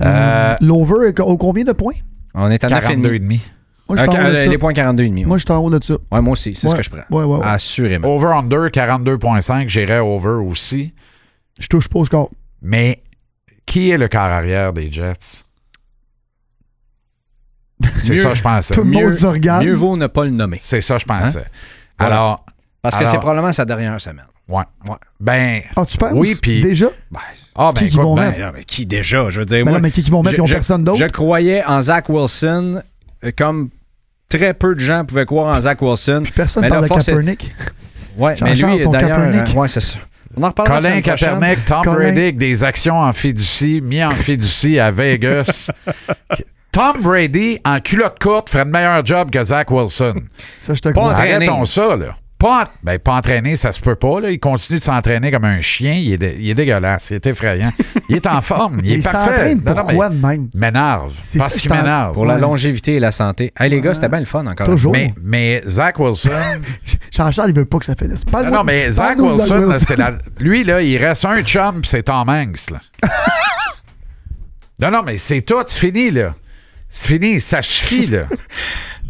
Speaker 5: Euh, L'over, est co- au combien de points?
Speaker 3: On est à 9,5.
Speaker 4: 42,5.
Speaker 5: Moi, je suis en haut de
Speaker 3: Euh,
Speaker 5: ça.
Speaker 3: les points 42,5.
Speaker 5: Moi,
Speaker 3: Moi,
Speaker 5: je suis en haut de ça.
Speaker 3: ouais, moi aussi, c'est ce
Speaker 5: Ouais.
Speaker 3: que je prends.
Speaker 5: Ouais, ouais, Oh, ouais.
Speaker 3: Assurément.
Speaker 4: Over-under, 42,5. J'irais over aussi.
Speaker 5: Je touche pas au score.
Speaker 4: Mais qui est le quart arrière des Jets? C'est
Speaker 3: Mieux-
Speaker 4: ça, je pensais.
Speaker 5: Tout le monde se regarde.
Speaker 3: Mieux vaut ne pas le nommer.
Speaker 4: C'est ça, je pensais.
Speaker 3: Voilà.
Speaker 4: Alors,
Speaker 3: Parce que
Speaker 4: Alors-
Speaker 3: c'est probablement sa dernière semaine.
Speaker 4: ouais. ouais. Ben,
Speaker 5: Ah, tu penses?
Speaker 4: Oui, puis-
Speaker 5: Déjà?
Speaker 3: Ben,
Speaker 4: ah, ben,
Speaker 5: qui qu'ils
Speaker 4: écoute,
Speaker 5: vont
Speaker 4: ben,
Speaker 5: mettre?
Speaker 3: non, mais qui déjà? Je veux dire,
Speaker 5: Mais
Speaker 3: moi,
Speaker 5: non, Ben mais qui, qui vont mettre?
Speaker 3: je-
Speaker 5: Ils ont
Speaker 3: je-
Speaker 5: personne d'autre?
Speaker 3: Je croyais en Zach Wilson euh, comme très peu de gens pouvaient croire en Zach Wilson.
Speaker 5: Personne
Speaker 3: Mais là,
Speaker 5: parle de
Speaker 3: force est-
Speaker 5: Kaepernick.
Speaker 3: Ouais, mais
Speaker 5: Jean-Charles,
Speaker 3: lui,
Speaker 5: ton
Speaker 3: d'ailleurs,
Speaker 5: Kaepernick.
Speaker 3: euh, ouais, c'est ça. On en reparlera la
Speaker 4: Colin
Speaker 3: semaine prochaine.
Speaker 4: Kaepernick, Tom
Speaker 5: Colin.
Speaker 4: Brady, avec des actions en fiducie, mis en fiducie à Vegas. Tom Brady, en culotte courte, ferait de meilleur job que Zach Wilson.
Speaker 5: Ça, je te
Speaker 3: Pas
Speaker 5: crois.
Speaker 3: entraîné.
Speaker 4: Arrêtons ça, là. Pas, en- ben, pas entraîné, ça se peut pas. Là. Il continue de s'entraîner comme un chien. Il est, dé- il est dégueulasse. C'est effrayant. Il est en forme. Il est
Speaker 5: Il
Speaker 4: parfait.
Speaker 5: s'entraîne
Speaker 4: Non, non, mais
Speaker 5: pourquoi de même?
Speaker 4: il M'énerve.
Speaker 5: C'est
Speaker 4: Parce
Speaker 5: ça,
Speaker 4: qu'il
Speaker 5: je t'en-
Speaker 4: m'énerve.
Speaker 3: Pour la
Speaker 5: Ouais.
Speaker 3: longévité et la santé. Hey, les gars, c'était bien le fun encore.
Speaker 5: Toujours.
Speaker 4: Mais, mais Zach Wilson,
Speaker 5: Jean-Charles, il veut Ah, pas que ça finisse.
Speaker 4: Ah, Non, non, mais Zach Wilson, là, c'est la- lui, là, il reste un chum, puis c'est Tom Hanks. Là. non, non, mais c'est tout, c'est fini, là. C'est fini, ça suffit, là.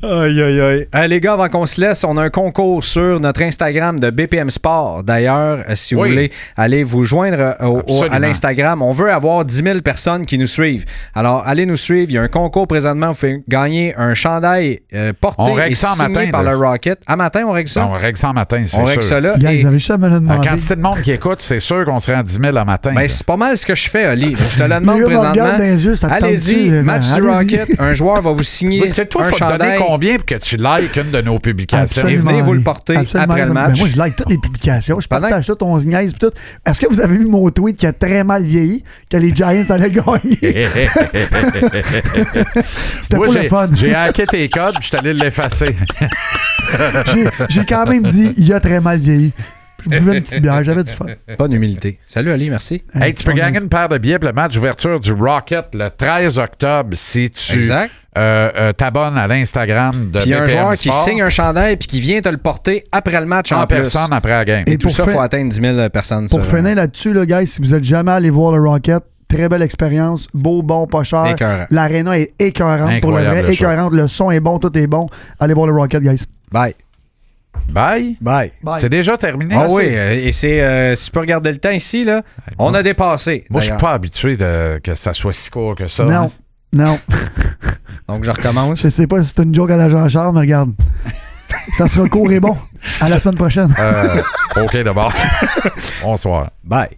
Speaker 3: Aïe, aïe, aïe. Hey, les gars, avant qu'on se laisse, on a un concours sur notre Instagram de BPM Sport. D'ailleurs, euh, si vous
Speaker 4: Oui.
Speaker 3: voulez aller vous joindre euh, au- au- à
Speaker 4: Absolument.
Speaker 3: l'Instagram, on veut avoir 10 000 personnes qui nous suivent. Alors, allez nous suivre. Il y a un concours présentement. Vous pouvez gagner un chandail euh, porté
Speaker 4: On règle
Speaker 3: et
Speaker 4: ça en
Speaker 3: signé
Speaker 4: matin,
Speaker 3: par
Speaker 4: là.
Speaker 3: le Rocket. À matin, on règle ça?
Speaker 4: on règle ça en matin, c'est
Speaker 3: on
Speaker 4: sûr.
Speaker 3: règle ça là.
Speaker 5: Gars,
Speaker 3: Et-
Speaker 5: vous avez juste à me le
Speaker 4: La
Speaker 5: demander.
Speaker 4: quantité de monde qui écoute, c'est sûr qu'on se rend 10 000 en matin.
Speaker 3: Ben,
Speaker 4: là.
Speaker 3: c'est pas mal ce que je fais, Oli. Je te le
Speaker 5: Les
Speaker 3: demande
Speaker 5: gars me
Speaker 3: présentement.
Speaker 5: regardent dans les yeux, ça te tente-tu,
Speaker 3: Allez-y,
Speaker 5: euh,
Speaker 3: match du
Speaker 5: allez-y.
Speaker 3: Rocket. Un joueur va vous signer
Speaker 4: Oui, tu sais, toi,
Speaker 3: un
Speaker 4: faut te donner
Speaker 3: chandail.
Speaker 4: combien pour que tu likes une de nos publications?
Speaker 3: Et venez vous le
Speaker 5: oui.
Speaker 3: porter après le
Speaker 5: Ben,
Speaker 3: match.
Speaker 5: moi, je like toutes les publications. Je
Speaker 3: Pendant-
Speaker 5: partage tout, on se niaise pis tout. Est-ce que vous avez vu mon tweet qui a très mal vieilli, que les Giants allaient gagner? C'était
Speaker 4: Moi,
Speaker 5: pas
Speaker 4: j'ai-
Speaker 5: le fun.
Speaker 4: J'ai hacké tes codes, puis je suis allé l'effacer.
Speaker 5: J'ai- J'ai quand même dit, il a très mal vieilli. Je buvais une petite bière, j'avais du fun.
Speaker 3: Bonne humilité. Salut, Oli, merci.
Speaker 4: Hey, tu peux gagner une paire de billets pour le match d'ouverture du Rocket le 13 octobre si tu
Speaker 3: Exact.
Speaker 4: euh, euh, t'abonnes à l'Instagram de
Speaker 3: Puis il y a un
Speaker 4: BPM
Speaker 3: joueur qui
Speaker 4: Sport
Speaker 3: signe un chandail puis qui vient te le porter après le match en,
Speaker 4: en
Speaker 3: plus.
Speaker 4: personne après la game.
Speaker 3: Et,
Speaker 5: Et
Speaker 3: tout
Speaker 5: pour
Speaker 3: ça, il
Speaker 5: fin-
Speaker 3: faut atteindre 10 000 personnes. euh,
Speaker 5: Pour
Speaker 3: ça, là.
Speaker 5: finir là-dessus, là, guys, si vous êtes jamais allé voir le Rocket, très belle expérience, beau, bon, pas cher.
Speaker 3: Écœurant.
Speaker 5: L'aréna est écœurante pour le
Speaker 4: Incroyable,
Speaker 5: vrai,
Speaker 4: le show.
Speaker 5: écœurante. Le son est bon, tout est bon. Allez voir le Rocket, guys.
Speaker 3: Bye.
Speaker 4: Bye.
Speaker 3: Bye.
Speaker 5: Bye.
Speaker 4: C'est déjà terminé.
Speaker 3: Ah
Speaker 4: là,
Speaker 3: oui,
Speaker 4: c'est-
Speaker 3: euh, et c'est. euh, si tu peux regarder le temps ici, là, on a dépassé.
Speaker 4: Moi, je suis
Speaker 3: d'ailleurs.
Speaker 4: pas habitué de, que ça soit si court que ça. hein.
Speaker 5: Non, non.
Speaker 3: Donc, je recommence.
Speaker 5: Je sais pas si c'est une joke à la Jean-Charles, mais regarde. Ça sera court et bon. À la semaine prochaine.
Speaker 4: Euh, OK, d'abord. Bonsoir.
Speaker 3: Bye.